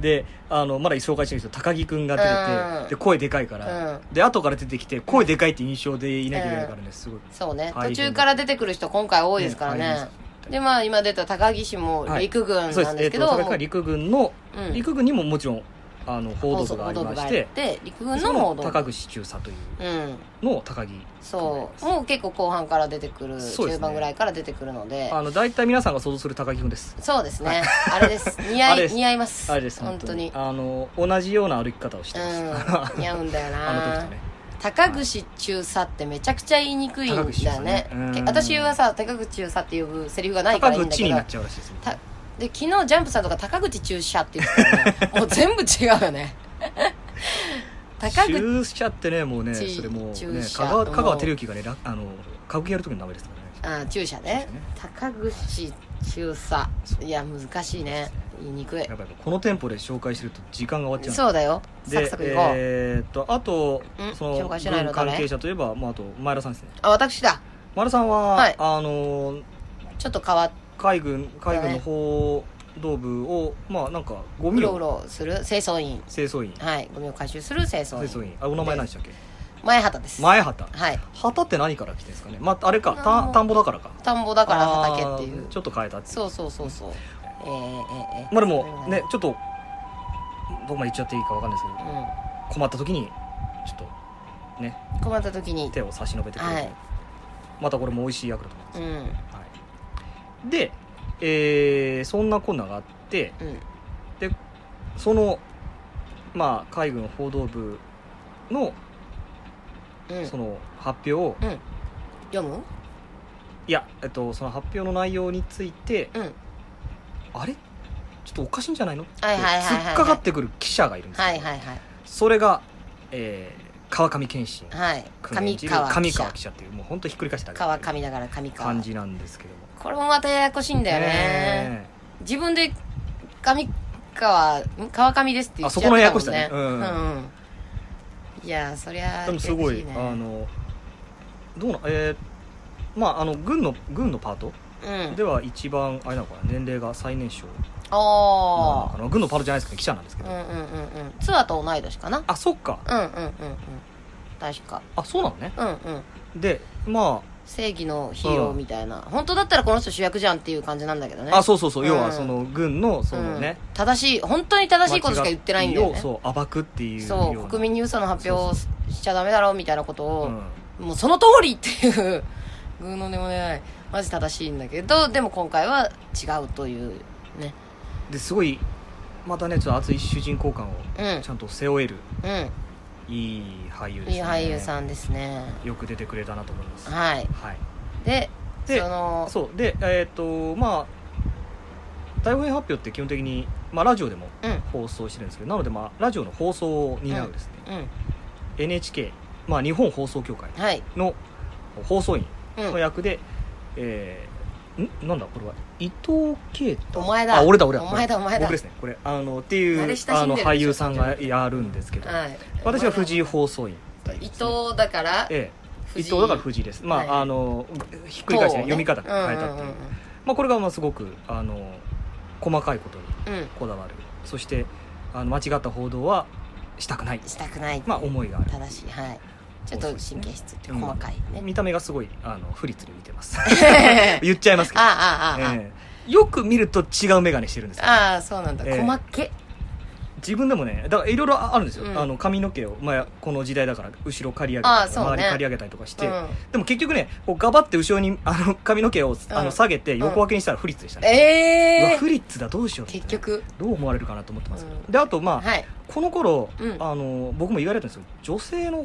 Speaker 3: であのまだ紹介してる人高木君が出てて、
Speaker 2: うん
Speaker 3: で声でかいから、
Speaker 2: うん
Speaker 3: で後から出てきて声でかいって印象でいなきゃいけないからね、すごい
Speaker 2: そうね
Speaker 3: 大
Speaker 2: 途
Speaker 3: 変
Speaker 2: 中から出てくる人今回多いですから
Speaker 3: 大
Speaker 2: ね
Speaker 3: 変で、す
Speaker 2: でまあ今出た高木氏も
Speaker 3: はい
Speaker 2: 陸軍なんで
Speaker 3: そうですえ
Speaker 2: す
Speaker 3: っ、
Speaker 2: け
Speaker 3: と
Speaker 2: ど、
Speaker 3: 高木君は陸軍の、
Speaker 2: うん
Speaker 3: 陸軍にももちろんあの報道部がありま
Speaker 2: 報道部があ
Speaker 3: し
Speaker 2: って
Speaker 3: て
Speaker 2: 陸軍の報道
Speaker 3: 高
Speaker 2: 部
Speaker 3: 口中佐とい
Speaker 2: うん
Speaker 3: うのを高木
Speaker 2: そうもう結構後半から出てくる、
Speaker 3: そうですね
Speaker 2: 中盤ぐらいから出てくるので
Speaker 3: あの大体皆さんが想像する高木君です
Speaker 2: そうですね、あれです似合
Speaker 3: あれ
Speaker 2: い
Speaker 3: です
Speaker 2: 似合います
Speaker 3: あれです
Speaker 2: 本当に
Speaker 3: あの同じような歩き方をしてます、 あ
Speaker 2: うん似合うんだよ
Speaker 3: のあの時
Speaker 2: な
Speaker 3: とね
Speaker 2: 高口中佐ってめちゃくちゃ言いにくいんだよ
Speaker 3: 高口中佐
Speaker 2: ね
Speaker 3: ねうん
Speaker 2: け私はさ高口中佐って呼ぶセリフがないから
Speaker 3: 高
Speaker 2: いいんだ
Speaker 3: 口
Speaker 2: け
Speaker 3: に
Speaker 2: ど
Speaker 3: なっちゃうらしいですね
Speaker 2: たで昨日ジャンプさんとか高口中佐って言ってたよ ねもう全部違うよね高口
Speaker 3: 中車ってねもうね
Speaker 2: ち
Speaker 3: それもう、ね、
Speaker 2: 注射
Speaker 3: 香川
Speaker 2: もう
Speaker 3: 香川照之がねらあの歌舞伎やる時の名前ですからね
Speaker 2: あ注射ね高口中佐いや難しいね言いにくい
Speaker 3: やっぱりこの店舗で紹介してると時間が終わっちゃう
Speaker 2: そうだよ
Speaker 3: で
Speaker 2: サクサクいこう、
Speaker 3: えーっとあと
Speaker 2: うん
Speaker 3: そ
Speaker 2: 紹
Speaker 3: の
Speaker 2: 介しないの
Speaker 3: 軍
Speaker 2: 誰
Speaker 3: 関係者といえば、まあ、あと前田さんですね
Speaker 2: あ私だ
Speaker 3: 前田さんは、
Speaker 2: はい
Speaker 3: あの
Speaker 2: ちょっと変わっ
Speaker 3: 海軍海軍の報道部を、まあなんかゴ
Speaker 2: う
Speaker 3: ミ
Speaker 2: ろう
Speaker 3: を
Speaker 2: ろする清掃員
Speaker 3: 清掃員
Speaker 2: はいゴミを回収する清掃
Speaker 3: 清
Speaker 2: 員
Speaker 3: 掃員あお名前何でしたっけ
Speaker 2: 前畑です
Speaker 3: 前畑
Speaker 2: はい
Speaker 3: 畑って何から来てるんですかね、まあ、あれか
Speaker 2: あ
Speaker 3: た
Speaker 2: の
Speaker 3: 田んぼだからか
Speaker 2: 田んぼだから畑ってい
Speaker 3: あー
Speaker 2: う
Speaker 3: ちょっと変えたっていう
Speaker 2: そうそうそうそうえー、えー、えー、そ
Speaker 3: まあで
Speaker 2: れ
Speaker 3: も
Speaker 2: は
Speaker 3: ねちょっとどこまで言っちゃっていいかわかんないですけど困った時にちょっと
Speaker 2: うん困った時に
Speaker 3: 手を差し伸べてくれる、
Speaker 2: はい
Speaker 3: またこれも美味しい役だと思いま
Speaker 2: うんうん
Speaker 3: す、はい、で、えーそんなこんながあってそのまあ海軍報道部の
Speaker 2: うん
Speaker 3: その発表を、
Speaker 2: 読む
Speaker 3: いや、えっと、その発表の内容について、
Speaker 2: うん
Speaker 3: あれちょっとおかしいんじゃないのって
Speaker 2: はいはいはいはいはい
Speaker 3: 突っかかってくる記者がいるんですよ
Speaker 2: はいはいはい
Speaker 3: それがえー川上健信
Speaker 2: はい
Speaker 3: 君演
Speaker 2: 上
Speaker 3: じる
Speaker 2: 川
Speaker 3: 上
Speaker 2: 記
Speaker 3: 川
Speaker 2: 者
Speaker 3: 記者っていうもう本当ひっくり返してあげ
Speaker 2: 川
Speaker 3: る
Speaker 2: 上だから上川
Speaker 3: 感じなんですけども
Speaker 2: これもまたややこしいんだよね
Speaker 3: ね
Speaker 2: 自分で上川ん川上ですって言っちゃったもん、ね、
Speaker 3: あそこのややこしさね
Speaker 2: う、
Speaker 3: うんん
Speaker 2: うんいやそりゃ
Speaker 3: えでもすご
Speaker 2: や
Speaker 3: い
Speaker 2: やこし
Speaker 3: あ
Speaker 2: ね
Speaker 3: のどうなえーまああの軍の軍のパート
Speaker 2: うん
Speaker 3: では一番あれなのかな年齢が最年少
Speaker 2: あ
Speaker 3: あの軍のパートじゃないですけど記者なんですけ
Speaker 2: あ
Speaker 3: ど
Speaker 2: うんうんうんうんツアーと同い年かな
Speaker 3: あそっか
Speaker 2: うんうんうんうん確か
Speaker 3: あそうなのね
Speaker 2: うんうん
Speaker 3: でま
Speaker 2: 正義のヒーローみたいな、本当だったらこの人主役じゃんっていう感じなんだけどね
Speaker 3: ああそうそうそう、要
Speaker 2: うん
Speaker 3: はその軍のそのね、
Speaker 2: うん正しい本当に正しいことしか言ってないんだよ
Speaker 3: 間違
Speaker 2: ね
Speaker 3: い
Speaker 2: そう
Speaker 3: をそう暴くっていうような
Speaker 2: 国民に嘘の発表をししちゃダメだろうみたいなことを、
Speaker 3: うん
Speaker 2: もうその通りっていう 偶の音もないマジ正しいんだけどでも今回は違うというね
Speaker 3: ですごいまたねちょっと熱い主人公感を
Speaker 2: うん
Speaker 3: ちゃんと背負える
Speaker 2: う
Speaker 3: いい俳優
Speaker 2: ん
Speaker 3: で
Speaker 2: い
Speaker 3: すね
Speaker 2: い俳優さんですね
Speaker 3: よく出てくれたなと思います
Speaker 2: はい
Speaker 3: はい
Speaker 2: で
Speaker 3: で
Speaker 2: その
Speaker 3: そうでえっ、とまあ台本発表って基本的に、まあ、ラジオでも
Speaker 2: うん
Speaker 3: 放送してるんですけど、なので、まあ、ラジオの放送を担うですね、
Speaker 2: う
Speaker 3: NHK、まあ、日本放送協会
Speaker 2: んはい
Speaker 3: の放送員
Speaker 2: うん
Speaker 3: の役で、えーんなんだこれは伊藤圭太
Speaker 2: お前だ
Speaker 3: あ俺だ俺だ
Speaker 2: お前だ
Speaker 3: これ
Speaker 2: お前だ
Speaker 3: 僕ですねこれあのっていう
Speaker 2: 慣
Speaker 3: あ
Speaker 2: れ親しんでる
Speaker 3: の俳優さんがやるんですけど、
Speaker 2: はい
Speaker 3: 私は藤井放送員
Speaker 2: 伊藤だから
Speaker 3: ええ伊
Speaker 2: 藤井
Speaker 3: 藤だから藤井ですまあ、
Speaker 2: はい
Speaker 3: あのひっくり返して、ね、
Speaker 2: 藤をね
Speaker 3: 読み方変えたっていう,、まあ、これがまあすごくあの細かいことに
Speaker 2: うんうんうんうん
Speaker 3: こだわるそしてあの間違った報道はしたくない
Speaker 2: したくない
Speaker 3: まあ思いがある
Speaker 2: 正しいはいちょっと神経質っていうか細かいね、
Speaker 3: 見た目がすごいあの不律に見てます 言っちゃいますけ ど、
Speaker 2: ああああああ、
Speaker 3: ええよく見ると違う眼鏡してるんですよ
Speaker 2: ああそうなんだ、
Speaker 3: ええ
Speaker 2: 細け
Speaker 3: 自分でもねだからいろいろあるんですよ、
Speaker 2: うん
Speaker 3: あの髪の毛を、まあ、この時代だから後ろ刈り上げ
Speaker 2: あ
Speaker 3: た
Speaker 2: あ
Speaker 3: り、
Speaker 2: そうね
Speaker 3: 周り刈り上げたりとかして、
Speaker 2: うん
Speaker 3: でも結局ねこうガバって後ろにあの髪の毛をあ
Speaker 2: うん
Speaker 3: の下げて横分けにしたらフリッツでしたね、う
Speaker 2: え
Speaker 3: わ
Speaker 2: え
Speaker 3: フリッツだどうしようってね
Speaker 2: 結局
Speaker 3: どう思われるかなと思ってますけど、
Speaker 2: うん
Speaker 3: であとまあ、
Speaker 2: はい
Speaker 3: この頃、
Speaker 2: うん
Speaker 3: あの僕も言われたんですけど女性の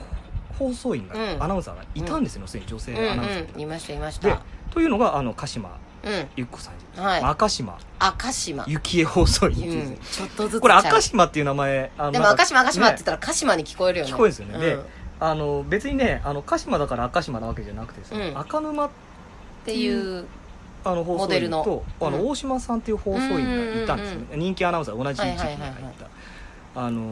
Speaker 3: 放送員が、
Speaker 2: うん
Speaker 3: アナウンサーがいたんですよね、すでに女性
Speaker 2: うん
Speaker 3: アナウンサーっ
Speaker 2: う
Speaker 3: て
Speaker 2: んいましたいまし
Speaker 3: で
Speaker 2: た
Speaker 3: というのがあの鹿島
Speaker 2: うん
Speaker 3: 由紀子さん演じる、
Speaker 2: はい
Speaker 3: 赤島
Speaker 2: 赤島
Speaker 3: 由紀恵放送員っ
Speaker 2: う
Speaker 3: ていうんです
Speaker 2: ん
Speaker 3: ね
Speaker 2: ちょっとずつ
Speaker 3: これ赤
Speaker 2: ちゃ
Speaker 3: 島っていう名前あの
Speaker 2: うでも
Speaker 3: なんか
Speaker 2: 赤島赤島って言っ
Speaker 3: ね
Speaker 2: たら鹿島に聞こえるよね
Speaker 3: 聞こえるんですよね、で
Speaker 2: うんっ
Speaker 3: あの別にねあの鹿島だから赤島なわけじゃなくてですね、
Speaker 2: うん
Speaker 3: 赤沼
Speaker 2: ていう
Speaker 3: あの放
Speaker 2: モ
Speaker 3: 送
Speaker 2: デル
Speaker 3: 員
Speaker 2: の
Speaker 3: とあ
Speaker 2: うん
Speaker 3: の大島さんっていう放送員がいたんですよ
Speaker 2: うん
Speaker 3: ね、人気アナウンサー同じ時期に入った、
Speaker 2: はいはいはいはい
Speaker 3: あの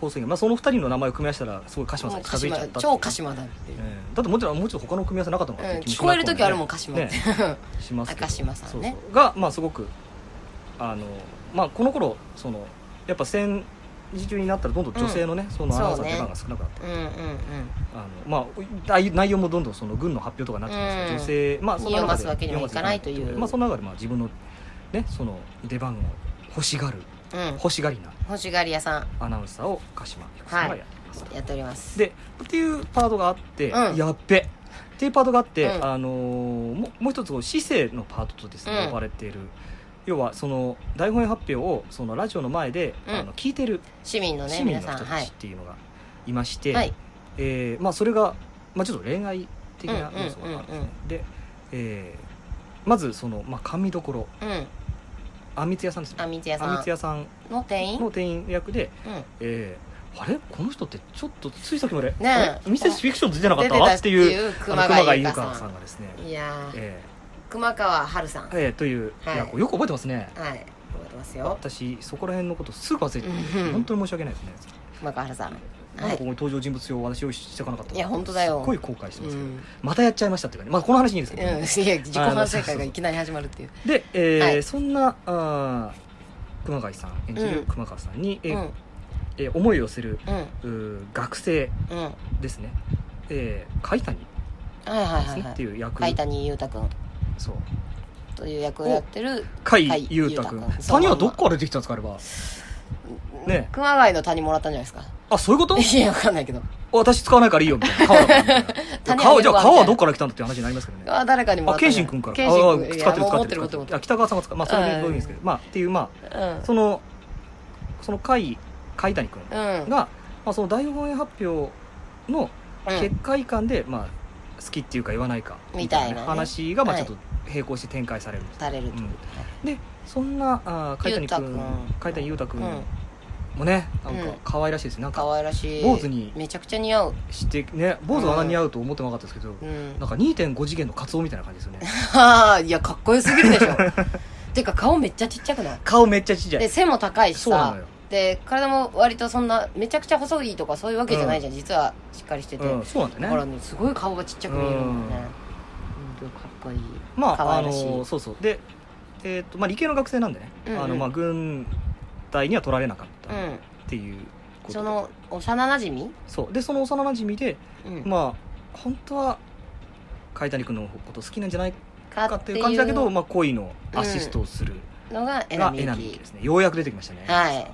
Speaker 3: 放送員が、まあ、その二人の名前を組み合わせたらすごい鹿島さ
Speaker 2: もう
Speaker 3: んに
Speaker 2: 鹿
Speaker 3: 近づいち
Speaker 2: 島
Speaker 3: ゃったっていう
Speaker 2: 超鹿島だっていう
Speaker 3: ええだってもちろんもうちょっと他の組み合わせなかったのかなっ
Speaker 2: うん
Speaker 3: て気も
Speaker 2: 聞
Speaker 3: しなく
Speaker 2: こ
Speaker 3: は
Speaker 2: える時あるもん鹿島って
Speaker 3: ねしますけど
Speaker 2: 赤島さんね
Speaker 3: そうそうがまあすごくあのまあこの頃そのやっぱ戦時中になったらどんどん女性のね、そのアナウンサーの出番が少なくなって、
Speaker 2: うんうんうん
Speaker 3: あのまあ内内容もどんどんその軍の発表とかになってきますけど、
Speaker 2: うん
Speaker 3: 女性まあその
Speaker 2: 読ま
Speaker 3: 中
Speaker 2: す
Speaker 3: で
Speaker 2: わけにはいかないという
Speaker 3: 読ませてまあその中でまあ自分のねその出番を欲しがる
Speaker 2: うん
Speaker 3: 欲しがりな
Speaker 2: 星狩り屋さん
Speaker 3: アナウンサーを鹿島由紀子さんがやってますと、
Speaker 2: やっております
Speaker 3: でっていうパートがあって、
Speaker 2: うん
Speaker 3: やっべっていうパートがあって、
Speaker 2: うん
Speaker 3: あのーももう一つこう市政のパートとですね、
Speaker 2: うん
Speaker 3: 呼ばれている要はその台本発表をそのラジオの前で、
Speaker 2: うん
Speaker 3: あの聞いてる
Speaker 2: 市民のね
Speaker 3: 市民
Speaker 2: 皆
Speaker 3: の
Speaker 2: さ
Speaker 3: 人
Speaker 2: ん
Speaker 3: た
Speaker 2: はい
Speaker 3: ちっていうのがいまして、
Speaker 2: はい
Speaker 3: えーまあ、それが、まあ、ちょっと恋愛的な要素があるんですね、
Speaker 2: うんうんうん
Speaker 3: で、えーまずその、まあ、甘味どころ
Speaker 2: うん
Speaker 3: あんみつ屋さんです
Speaker 2: あ
Speaker 3: ね
Speaker 2: みつ屋
Speaker 3: あんみ
Speaker 2: さ
Speaker 3: つ屋さん
Speaker 2: んの店員
Speaker 3: の店員役で、
Speaker 2: うん
Speaker 3: えーあれこの人ってちょっとついさっきまで、
Speaker 2: ねえ
Speaker 3: あれミセスフィクションズ出てなか
Speaker 2: 出
Speaker 3: って
Speaker 2: た
Speaker 3: たっ
Speaker 2: ってて
Speaker 3: いう
Speaker 2: いう
Speaker 3: あの
Speaker 2: 熊
Speaker 3: 熊
Speaker 2: 谷
Speaker 3: 谷
Speaker 2: 由
Speaker 3: 由
Speaker 2: 香
Speaker 3: 香
Speaker 2: さ
Speaker 3: さ
Speaker 2: ん
Speaker 3: んがですね、
Speaker 2: いやー
Speaker 3: え
Speaker 2: 熊川春さんはい
Speaker 3: ーえーという、
Speaker 2: はい
Speaker 3: い、やこれよく覚えてますね
Speaker 2: 覚えてますよ
Speaker 3: 私そこら辺のことすぐ忘れて
Speaker 2: うんうん
Speaker 3: て本当に申し訳ないですね、
Speaker 2: 熊川春さん
Speaker 3: なんかここに登場人物表を私用意しておかなかった
Speaker 2: いや本当だよ
Speaker 3: すっごい後悔して
Speaker 2: う
Speaker 3: ますけど、
Speaker 2: ん
Speaker 3: またやっちゃいましたっていうかね、まあ、この話いいんです
Speaker 2: うん
Speaker 3: け
Speaker 2: い
Speaker 3: ど、
Speaker 2: や自己反省会がいきなり始まるっていう
Speaker 3: で、えー
Speaker 2: はい
Speaker 3: そんなあー熊谷さん演じ
Speaker 2: う
Speaker 3: る
Speaker 2: ん
Speaker 3: 熊川さんに、え
Speaker 2: うん
Speaker 3: ーえー思いを寄せる
Speaker 2: うん
Speaker 3: うー学生
Speaker 2: うんはい
Speaker 3: ですね、えー、海谷
Speaker 2: はい
Speaker 3: です
Speaker 2: はい
Speaker 3: ね、
Speaker 2: は
Speaker 3: って
Speaker 2: い
Speaker 3: いう役
Speaker 2: 海谷裕太君
Speaker 3: そう
Speaker 2: という役をやってる
Speaker 3: 海優太君
Speaker 2: 海優太君
Speaker 3: 谷はどっから出てきたんですかあれはね
Speaker 2: 熊谷の谷もらったんじゃないですか
Speaker 3: あそういうこと
Speaker 2: いやわかんないけど
Speaker 3: 私使わないからいいよみたいな川だからみたいな
Speaker 2: 谷
Speaker 3: 川じゃあ川
Speaker 2: みたい
Speaker 3: は
Speaker 2: な
Speaker 3: どっから来たんだって話になりますけど ね
Speaker 2: あ誰かにもら
Speaker 3: あ
Speaker 2: った
Speaker 3: 謙
Speaker 2: んじゃ
Speaker 3: 信
Speaker 2: ない
Speaker 3: 君から
Speaker 2: 謙信
Speaker 3: あ
Speaker 2: 君
Speaker 3: あ
Speaker 2: い
Speaker 3: 使
Speaker 2: や
Speaker 3: ってる
Speaker 2: もう
Speaker 3: 使
Speaker 2: 持
Speaker 3: っ
Speaker 2: ってて
Speaker 3: る
Speaker 2: る
Speaker 3: 使
Speaker 2: 持ってる持
Speaker 3: ってるい
Speaker 2: って
Speaker 3: や北川さんが使うまあそれでどういうんですけどまあっていうま
Speaker 2: るうん
Speaker 3: あそのその海海谷君が、
Speaker 2: うん
Speaker 3: まあ、その大本営発表の
Speaker 2: うん
Speaker 3: 結果以関で、まあ好きっていうか言わないか
Speaker 2: みたいなね
Speaker 3: 話が、まあ、
Speaker 2: は
Speaker 3: ち
Speaker 2: い
Speaker 3: ょっと並行して展開されるんです
Speaker 2: 垂れると
Speaker 3: うんそんなあー海谷
Speaker 2: 裕
Speaker 3: 君
Speaker 2: 太君
Speaker 3: 海谷裕太君
Speaker 2: うん
Speaker 3: もねなんか
Speaker 2: うん
Speaker 3: 可愛らしいですねなん
Speaker 2: 可
Speaker 3: か
Speaker 2: 愛らしい
Speaker 3: 坊主に
Speaker 2: めちゃくちゃ似合う
Speaker 3: してね坊主はあんな似合うと思ってもなかったですけど、
Speaker 2: うん
Speaker 3: なんか2.5次元のカツオみたいな感じですよね
Speaker 2: いやかっこよすぎるでしょ てか顔めっちゃちっちゃくない
Speaker 3: 顔めっちゃちっちゃ
Speaker 2: で
Speaker 3: い
Speaker 2: 背も高いし
Speaker 3: そうな
Speaker 2: さ
Speaker 3: のよ
Speaker 2: で体も割とそんなめちゃくちゃ細いとかそういうわけじゃないじゃん、実はしっかりしてて、
Speaker 3: うん、そうなんだ
Speaker 2: だ
Speaker 3: よ
Speaker 2: か
Speaker 3: ね
Speaker 2: らねすごい顔がちっちゃく見えるんだよね、うん、かっこいい
Speaker 3: ま
Speaker 2: 可
Speaker 3: あ、あ
Speaker 2: 愛らしい
Speaker 3: のそうそうで、えーとまあ、理系の学生なんでね、
Speaker 2: うんうん
Speaker 3: あのまあ、軍隊には取られなかった
Speaker 2: う
Speaker 3: っ
Speaker 2: ん
Speaker 3: ていうことで、
Speaker 2: その幼なじみ、
Speaker 3: そうでその幼なじみで、
Speaker 2: うん
Speaker 3: まあ本当は海谷君のこと好きなんじゃないか
Speaker 2: か
Speaker 3: っていう感じだけど、まあ、恋のアシストをする
Speaker 2: のがエナ
Speaker 3: が
Speaker 2: ミ
Speaker 3: エナ
Speaker 2: ユ
Speaker 3: ミ
Speaker 2: キ
Speaker 3: ですねようやく出てきましたね
Speaker 2: はい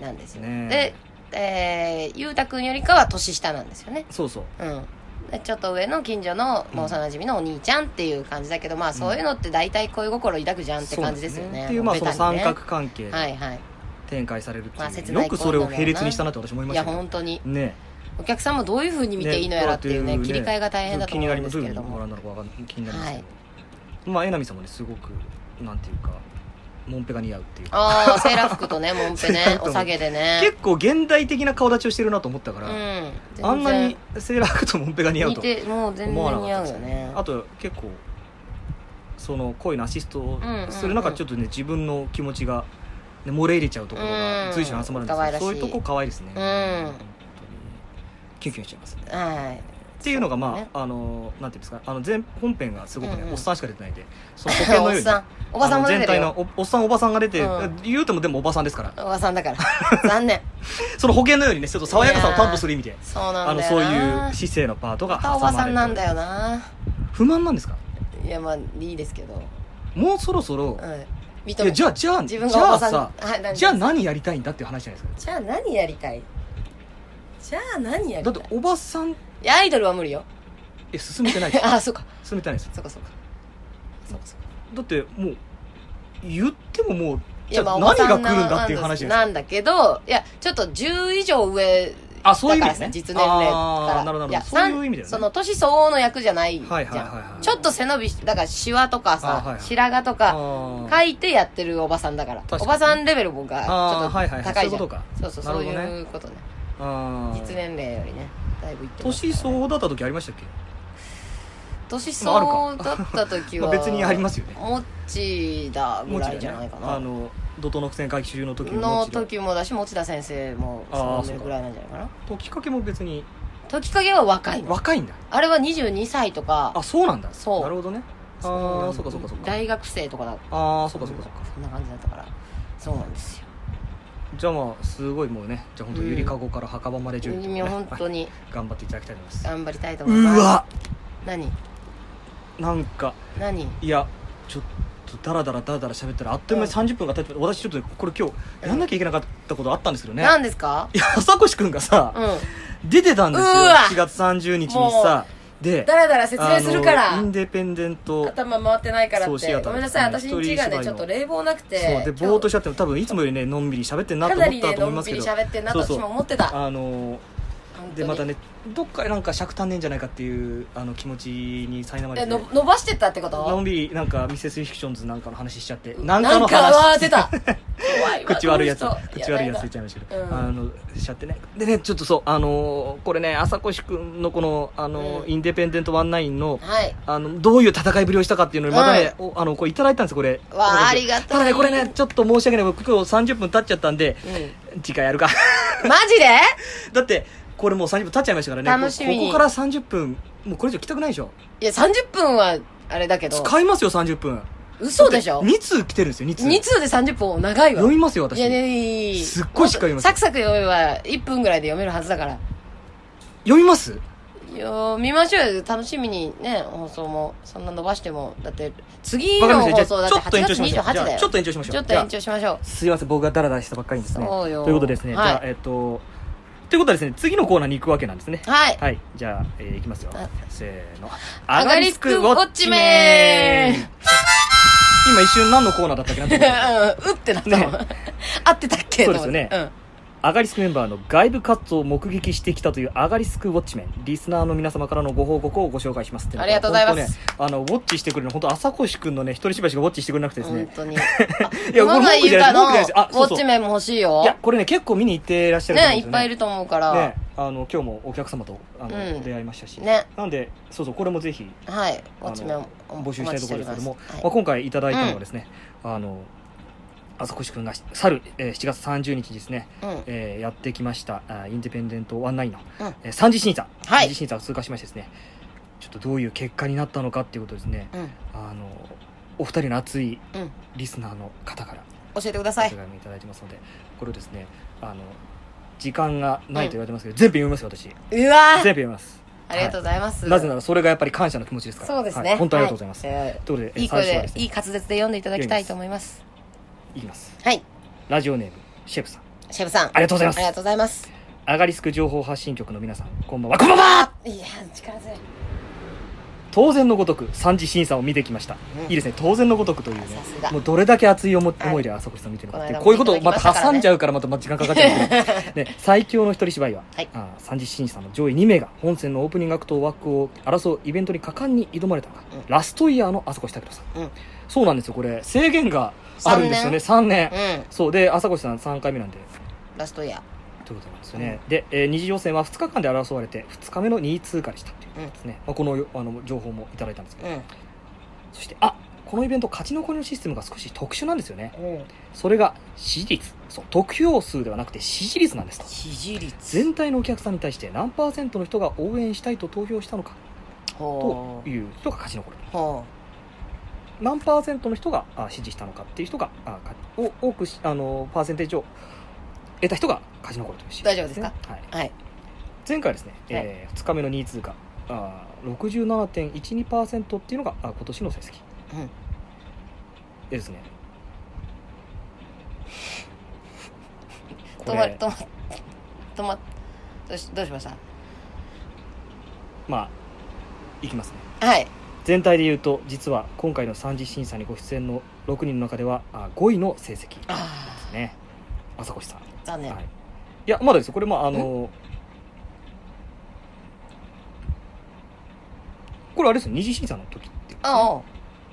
Speaker 2: なんですよ、
Speaker 3: ね
Speaker 2: で、えー、ゆうたくんよりかは年下なんですよね
Speaker 3: そうそう
Speaker 2: うんでちょっと上の近所の、
Speaker 3: うん
Speaker 2: まあ、幼馴染のお兄ちゃんっていう感じだけどまあそういうのって大体恋心抱くじゃんって感じですよね,、
Speaker 3: っていうまあその三角
Speaker 2: 形
Speaker 3: 関係
Speaker 2: は
Speaker 3: で
Speaker 2: いはい
Speaker 3: 展開されるって
Speaker 2: まあ
Speaker 3: い
Speaker 2: 切
Speaker 3: う、
Speaker 2: ない
Speaker 3: よくそれを並列にしたなって私思いま
Speaker 2: い
Speaker 3: し
Speaker 2: や
Speaker 3: たよ
Speaker 2: 本当に
Speaker 3: ね
Speaker 2: お客さんもどういうふうに見ていいのやらっていうね
Speaker 3: ね
Speaker 2: 切り替えが大変だと
Speaker 3: 気に
Speaker 2: 思う
Speaker 3: なり
Speaker 2: んで
Speaker 3: ます
Speaker 2: す
Speaker 3: どう
Speaker 2: け
Speaker 3: いう
Speaker 2: れど
Speaker 3: ふうにご
Speaker 2: も
Speaker 3: 覧になるかわかん気になりますけど、まあ江波さんもねすごくなんていうかもんぺが似合うっていうか
Speaker 2: ああセーラー服と ねもんぺ
Speaker 3: セーラー
Speaker 2: ね
Speaker 3: 服と
Speaker 2: お下げでね
Speaker 3: 結構現代的な顔立ちをしてるなと思ったから、
Speaker 2: うん全然
Speaker 3: あんなにセーラー服ともんぺが似合う
Speaker 2: 似
Speaker 3: と
Speaker 2: てもう全
Speaker 3: 思わな
Speaker 2: 然似
Speaker 3: か
Speaker 2: 合
Speaker 3: っ
Speaker 2: う
Speaker 3: た
Speaker 2: よ
Speaker 3: です
Speaker 2: ね
Speaker 3: あと結構その恋のアシストをする
Speaker 2: うんうんう
Speaker 3: 中
Speaker 2: ん
Speaker 3: ちょっとね自分の気持ちが、ね、漏れ入れちゃうところ
Speaker 2: う
Speaker 3: が
Speaker 2: ん
Speaker 3: 随所に集まるんです
Speaker 2: 可
Speaker 3: け
Speaker 2: 愛ら
Speaker 3: ど
Speaker 2: しい
Speaker 3: そういうとこ可愛いですね、
Speaker 2: うん
Speaker 3: 本当にキュンキュンしちゃいますね
Speaker 2: はい
Speaker 3: っていうのがまあ、
Speaker 2: そうね
Speaker 3: あのなんていうんですかあの全本編がすごくね、
Speaker 2: うんうん
Speaker 3: おっさんしか出てないんでその保険
Speaker 2: お
Speaker 3: のよう
Speaker 2: っ
Speaker 3: に
Speaker 2: さんおばさんも出てる
Speaker 3: あの
Speaker 2: よ
Speaker 3: 全体のおおっさんおばさんが出て、
Speaker 2: うん
Speaker 3: 言うてもでもおばさんですから
Speaker 2: おばさんだから残念
Speaker 3: その保険のようにねちょっと爽やかさを担保する意味で
Speaker 2: そう
Speaker 3: あ
Speaker 2: なん
Speaker 3: の
Speaker 2: だ
Speaker 3: そ
Speaker 2: よ
Speaker 3: う
Speaker 2: な
Speaker 3: いう姿勢のパートが
Speaker 2: ま
Speaker 3: 挟
Speaker 2: た
Speaker 3: まれ
Speaker 2: おばさんなんだよな
Speaker 3: 不満なんですか
Speaker 2: いやまあいいですけど
Speaker 3: もうそろそろ、
Speaker 2: うん認
Speaker 3: いや
Speaker 2: め
Speaker 3: じゃあじゃあ
Speaker 2: 自
Speaker 3: じ
Speaker 2: 分がお
Speaker 3: ゃ
Speaker 2: ば
Speaker 3: あ
Speaker 2: さん
Speaker 3: さ
Speaker 2: はい何
Speaker 3: じゃあ何やりたいんだっていう話じゃないです
Speaker 2: じゃあ何やりたいじゃあ何やりた
Speaker 3: か
Speaker 2: い
Speaker 3: だっておばさん
Speaker 2: いやアイドルは無理よ
Speaker 3: え進めてない です
Speaker 2: あそうか
Speaker 3: 進めてないです
Speaker 2: そうかそうかそうかそうか
Speaker 3: だってもう言ってももう
Speaker 2: い
Speaker 3: じゃ
Speaker 2: ま
Speaker 3: あ
Speaker 2: お
Speaker 3: 何
Speaker 2: ばさ
Speaker 3: が
Speaker 2: ん
Speaker 3: 来るんだっていう話です
Speaker 2: な
Speaker 3: か
Speaker 2: んだけどいやちょっと10以上上
Speaker 3: あそういう意味
Speaker 2: だ
Speaker 3: で
Speaker 2: か
Speaker 3: す
Speaker 2: らさ
Speaker 3: ね
Speaker 2: 実年齢か
Speaker 3: あ
Speaker 2: ら
Speaker 3: ーなるほどなるほど
Speaker 2: や
Speaker 3: そういう意味だよね
Speaker 2: その年相応の役じゃないじゃん、
Speaker 3: はいはいはいはい
Speaker 2: ちょっと背伸びしだからシワとかさ、
Speaker 3: あーはいはい
Speaker 2: 白髪とか
Speaker 3: あ
Speaker 2: 書いてやってるおばさんだから
Speaker 3: 確かに
Speaker 2: おばさんレベルがちょっと
Speaker 3: あーはいはいはい
Speaker 2: 高いじゃん、
Speaker 3: そういうことか
Speaker 2: そうそう
Speaker 3: なる
Speaker 2: そ
Speaker 3: ほ
Speaker 2: う
Speaker 3: どね
Speaker 2: いうことね
Speaker 3: あー
Speaker 2: 実年齢よりねだいぶいってます
Speaker 3: 年相応だった時ありましたっけ
Speaker 2: 年
Speaker 3: ま
Speaker 2: 相
Speaker 3: あ
Speaker 2: 応
Speaker 3: ある
Speaker 2: だった時
Speaker 3: ま
Speaker 2: は
Speaker 3: あ別にありますよね
Speaker 2: もっちだぐらいじゃないかな、
Speaker 3: あの怒涛の苦戦回帰中の時も
Speaker 2: の時もだし持田先生も
Speaker 3: あー
Speaker 2: そのぐらいなんじゃないかな
Speaker 3: 時かけも別に
Speaker 2: 時影は若いの
Speaker 3: 若いんだ
Speaker 2: あれは22歳とか
Speaker 3: あそうなんだ
Speaker 2: そう
Speaker 3: なるほどねああそうかそうかそうか
Speaker 2: 大学生とかだ
Speaker 3: ああそうかそうかそうか
Speaker 2: そんな感じだったからそうなんですよ
Speaker 3: じゃあまあすごいもうねじゃあ本当
Speaker 2: うん
Speaker 3: ゆりかごから墓場まで順位、
Speaker 2: いや本当
Speaker 3: に
Speaker 2: に
Speaker 3: 頑張っていただきたいと思います
Speaker 2: 頑張りたいと思いうます
Speaker 3: わ
Speaker 2: 何
Speaker 3: なんか
Speaker 2: 何
Speaker 3: いやちょっとダラダラダラダラ喋ったらあっという間に30分が経って私ちょっとこれ今日やんなきゃいけなかったことあったんですけどね、
Speaker 2: 何ですか
Speaker 3: いや朝越くんがさ
Speaker 2: う、ん
Speaker 3: 出てたんですよ
Speaker 2: うわ
Speaker 3: 7月30日にさで
Speaker 2: だらだら説明するか
Speaker 3: あ
Speaker 2: ら
Speaker 3: のインデペンデント
Speaker 2: 頭回ってないから
Speaker 3: そう
Speaker 2: っ
Speaker 3: シ
Speaker 2: て
Speaker 3: アタ
Speaker 2: ご
Speaker 3: ー
Speaker 2: めんなさい
Speaker 3: です
Speaker 2: 私
Speaker 3: ね
Speaker 2: んちが
Speaker 3: 一人芝居
Speaker 2: ね
Speaker 3: の
Speaker 2: ちょっと冷房なくて
Speaker 3: そうでぼーっとしちゃっても多分いつもよりねのんびり喋ってんな
Speaker 2: か
Speaker 3: と
Speaker 2: な
Speaker 3: 思っ
Speaker 2: り
Speaker 3: た
Speaker 2: ね
Speaker 3: と思
Speaker 2: の
Speaker 3: いま
Speaker 2: ん
Speaker 3: す
Speaker 2: び
Speaker 3: け
Speaker 2: り
Speaker 3: ど
Speaker 2: 喋ってんなと
Speaker 3: そうそ
Speaker 2: 私
Speaker 3: う
Speaker 2: も思ってた
Speaker 3: あのー
Speaker 2: 本当
Speaker 3: で
Speaker 2: に
Speaker 3: またねどっかなんか尺足んねえんじゃないかっていうあの気持ちに苛まれ
Speaker 2: え
Speaker 3: て
Speaker 2: の伸ばしてったってこ
Speaker 3: のん
Speaker 2: と
Speaker 3: びりなんかミセスフィクションズなんかの話しちゃって
Speaker 2: な
Speaker 3: なんん
Speaker 2: か
Speaker 3: かの
Speaker 2: は
Speaker 3: 話
Speaker 2: 出 た怖いわ
Speaker 3: 口悪いやつ
Speaker 2: この人
Speaker 3: 口悪いやつ言
Speaker 2: ば
Speaker 3: っちゃいましたけ
Speaker 2: うん
Speaker 3: どあのしちゃってねでねちょっとそうあのーこれね朝越くんのこのあの
Speaker 2: うん
Speaker 3: インデペンデントワンナインの
Speaker 2: いなはい
Speaker 3: あのどういう戦いぶりをしたかっていうのにまたね、おあのこれいただいたんですこれ
Speaker 2: わあありが
Speaker 3: が
Speaker 2: とう
Speaker 3: ただねこれねちょっと申し訳ない僕今日30分経っちゃったんで
Speaker 2: う
Speaker 3: 次回やるか
Speaker 2: んマジで
Speaker 3: だってこれもう30分経っちゃいましたからね
Speaker 2: 楽しみに
Speaker 3: ここから30分もうこれ以上来たくないでしょ
Speaker 2: いや30分はあれだけど
Speaker 3: 使いますよ30分
Speaker 2: 嘘でしょ
Speaker 3: 2通来てるんですよ2通
Speaker 2: 2通で30分長いわ
Speaker 3: 読みますよ私
Speaker 2: いやねいい
Speaker 3: すっごいしっかり読みます
Speaker 2: サクサク読めば1分ぐらいで読めるはずだから
Speaker 3: 読みます
Speaker 2: 読みましょうよ楽しみにね放送もそんな伸ばしてもだって次
Speaker 3: わかり
Speaker 2: の
Speaker 3: ました
Speaker 2: 放送だって
Speaker 3: じゃあちょっと
Speaker 2: 8
Speaker 3: 延長
Speaker 2: 月
Speaker 3: しましょう
Speaker 2: 28だ
Speaker 3: じゃ
Speaker 2: よ
Speaker 3: あちょっと延長しましょう
Speaker 2: ちょっと延長しましょう
Speaker 3: すいません僕がダラダラしたばっかりにですね
Speaker 2: そうよ
Speaker 3: ということですね、
Speaker 2: はい
Speaker 3: じゃあえっ、とということはですね次のコーナーに行くわけなんですね
Speaker 2: はい
Speaker 3: はい、じゃあ、えーいきますよ
Speaker 2: あ。
Speaker 3: せーの。
Speaker 2: アガリスクウォッチメン
Speaker 3: 今一瞬何のコーナーだったっけなと思った
Speaker 2: うんうってなったもん 合ってたっけ
Speaker 3: そうですよね
Speaker 2: と思って
Speaker 3: アガリスクメンバーの外部活動を目撃してきたというアガリスクウォッチメン、リスナーの皆様からのご報告をご紹介しますっての
Speaker 2: ありがとうございます
Speaker 3: 本当ね、あの、ウォッチしてくれるの、本当朝越くんのね、一人芝居しかウォッチしてくれなくてです
Speaker 2: 本
Speaker 3: ね。
Speaker 2: 当に。
Speaker 3: いや、これ
Speaker 2: 熊
Speaker 3: 文
Speaker 2: 谷
Speaker 3: 句じ
Speaker 2: ゆ
Speaker 3: ゃ
Speaker 2: か
Speaker 3: な
Speaker 2: の
Speaker 3: い文句じゃないです。あ、
Speaker 2: ウ
Speaker 3: そう
Speaker 2: ォッ
Speaker 3: そう。
Speaker 2: チ
Speaker 3: い
Speaker 2: メンも欲しいよ。
Speaker 3: や、これね、結構見に行ってらっしゃると思うん
Speaker 2: ね、い
Speaker 3: です
Speaker 2: っ
Speaker 3: よ
Speaker 2: ぱいいると思うから
Speaker 3: ね。、あの、今日もお客様と、あの、
Speaker 2: うん
Speaker 3: 出会いましたし。
Speaker 2: ね。
Speaker 3: なんで、そうそう、これもぜひ、
Speaker 2: はい。ウォッ
Speaker 3: あ
Speaker 2: チメン
Speaker 3: の募集したいところですけども、まあ、
Speaker 2: お
Speaker 3: 今回いただいたのはですね、あの、朝越くんが去る、えー7月30日ですね、
Speaker 2: 待ちしておりますはいうん。
Speaker 3: えーやってきましたあーインディペンデントワンナインの、
Speaker 2: うん
Speaker 3: えー3次審査、
Speaker 2: はい
Speaker 3: 3次審査を通過しましてですねちょっとどういう結果になったのかっていうことをですね
Speaker 2: うん。
Speaker 3: あのお二人の熱い
Speaker 2: うん
Speaker 3: リスナーの方から
Speaker 2: 教えてくだ
Speaker 3: お
Speaker 2: さ
Speaker 3: 手
Speaker 2: い。
Speaker 3: 紙いただいてますので、これをですねあの時間がないと言われてますけど、全部読みますよ私全部
Speaker 2: うわー
Speaker 3: 読みます
Speaker 2: ありがとうございます。
Speaker 3: なぜならそれがやっぱり感謝の気持ちですから
Speaker 2: そうです
Speaker 3: は
Speaker 2: ね。
Speaker 3: い本当にありがとうございます、
Speaker 2: は
Speaker 3: ということでえー
Speaker 2: いいい声
Speaker 3: 最初は
Speaker 2: で、
Speaker 3: すね
Speaker 2: いい滑舌で読んでいただきたいと思います。
Speaker 3: いきます
Speaker 2: はい。
Speaker 3: ラジオネームシェフさん
Speaker 2: シェフさん。
Speaker 3: ありがとうございます
Speaker 2: ありがとうございます。
Speaker 3: アガリスク情報発信局の皆さんこんばんはこんばんはい
Speaker 2: や、力強い。
Speaker 3: 当然のごとく三次審査を見てきました、
Speaker 2: うん
Speaker 3: いいですね当然のごとくというね
Speaker 2: さすが
Speaker 3: もうどれだけ熱い思い
Speaker 2: はい
Speaker 3: 思いで朝越さん見てるのかっていう
Speaker 2: こ
Speaker 3: こう
Speaker 2: の
Speaker 3: いう
Speaker 2: 間
Speaker 3: こと
Speaker 2: も
Speaker 3: をまた挟んじゃうからまた時間かかっちゃうんですけ どね最強の一人芝居は、
Speaker 2: はい
Speaker 3: あー三次審査の上位2名が本戦のオープニングアクト枠を争うイベントに果敢に挑まれたのが、
Speaker 2: うん
Speaker 3: ラストイヤーの朝越拓人さん、
Speaker 2: うん
Speaker 3: そうなんですよこれ制限があるんですよね3年
Speaker 2: うん。
Speaker 3: そうで朝越さん3回目なんで
Speaker 2: ラストイヤ
Speaker 3: ということなんですよね、で、えー二次予選は2日間で争われて2日目の2位通過でしたっていうことですね、まあ、このあの情報もいただいたんですけど、
Speaker 2: ー。
Speaker 3: そしてあこのイベント勝ち残りのシステムが少し特殊なんですよね
Speaker 2: うん。うん。
Speaker 3: それが支持率そう得票数ではなくて支持率なんですと
Speaker 2: 支持率。
Speaker 3: 全体のお客さんに対して何パーセントの人が応援したいと投票したのかと
Speaker 2: ほう。
Speaker 3: いう人が勝ち残る
Speaker 2: ほ
Speaker 3: 何パーセントの人があ支持したのかっていう人があかを多くしあのパーセンテージを得た人が勝ち残るというシステムね
Speaker 2: 大丈夫。
Speaker 3: はいう
Speaker 2: はい。
Speaker 3: 前回はですね、え2日目の2位通過あー67.12%っていうのがあ今年の成績
Speaker 2: うん。
Speaker 3: でですねこ
Speaker 2: 止まる、
Speaker 3: れ
Speaker 2: 止まる。止まる。どうし、どうしまし
Speaker 3: まあいきますね
Speaker 2: たはい。
Speaker 3: 全体で言うと実は今回の三次審査にご出演の6人の中ではあ5位の成績で
Speaker 2: あ
Speaker 3: すね朝越さん、
Speaker 2: あ、残念
Speaker 3: は。い、いやまだですよこれまああのこれあれですよ二次審査の時っていうこ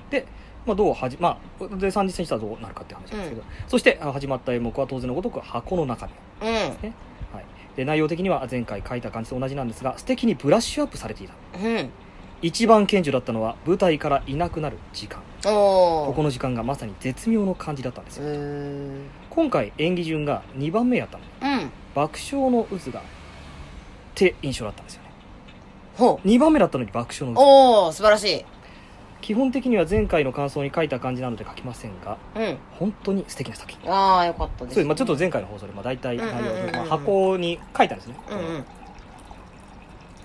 Speaker 3: とですね
Speaker 2: あ
Speaker 3: まあ、どうはじ、まあ、で三次選手はどうなるかっていう話なんですけど、そしてあ始まった演目は当然のごとく箱の中身
Speaker 2: あ、う
Speaker 3: で内容的には前回書いた感じと同じなんですが素敵にブラッシュアップされていた
Speaker 2: ん。うん。
Speaker 3: 一番顕著だったのは舞台からいなくなる時間
Speaker 2: お
Speaker 3: こ
Speaker 2: お。
Speaker 3: この時間がまさに絶妙の感じだったんです
Speaker 2: う
Speaker 3: よ
Speaker 2: ーん。
Speaker 3: 今回演技順が2番目やったので
Speaker 2: うん。
Speaker 3: 爆笑の渦がって印象だったんですよね
Speaker 2: ほう。
Speaker 3: 2番目だったのに爆笑の渦
Speaker 2: おお、素晴らしい。
Speaker 3: 基本的には前回の感想に書いた感じなので書きませんが
Speaker 2: うん。
Speaker 3: 本当に素敵な作品
Speaker 2: ああ、よかったです。
Speaker 3: そうまあ、ちょっと前回の放送で、まあ、大体内容
Speaker 2: うんうんうんう
Speaker 3: で、
Speaker 2: ん
Speaker 3: まあ、箱に書いたんですね、
Speaker 2: うんうん。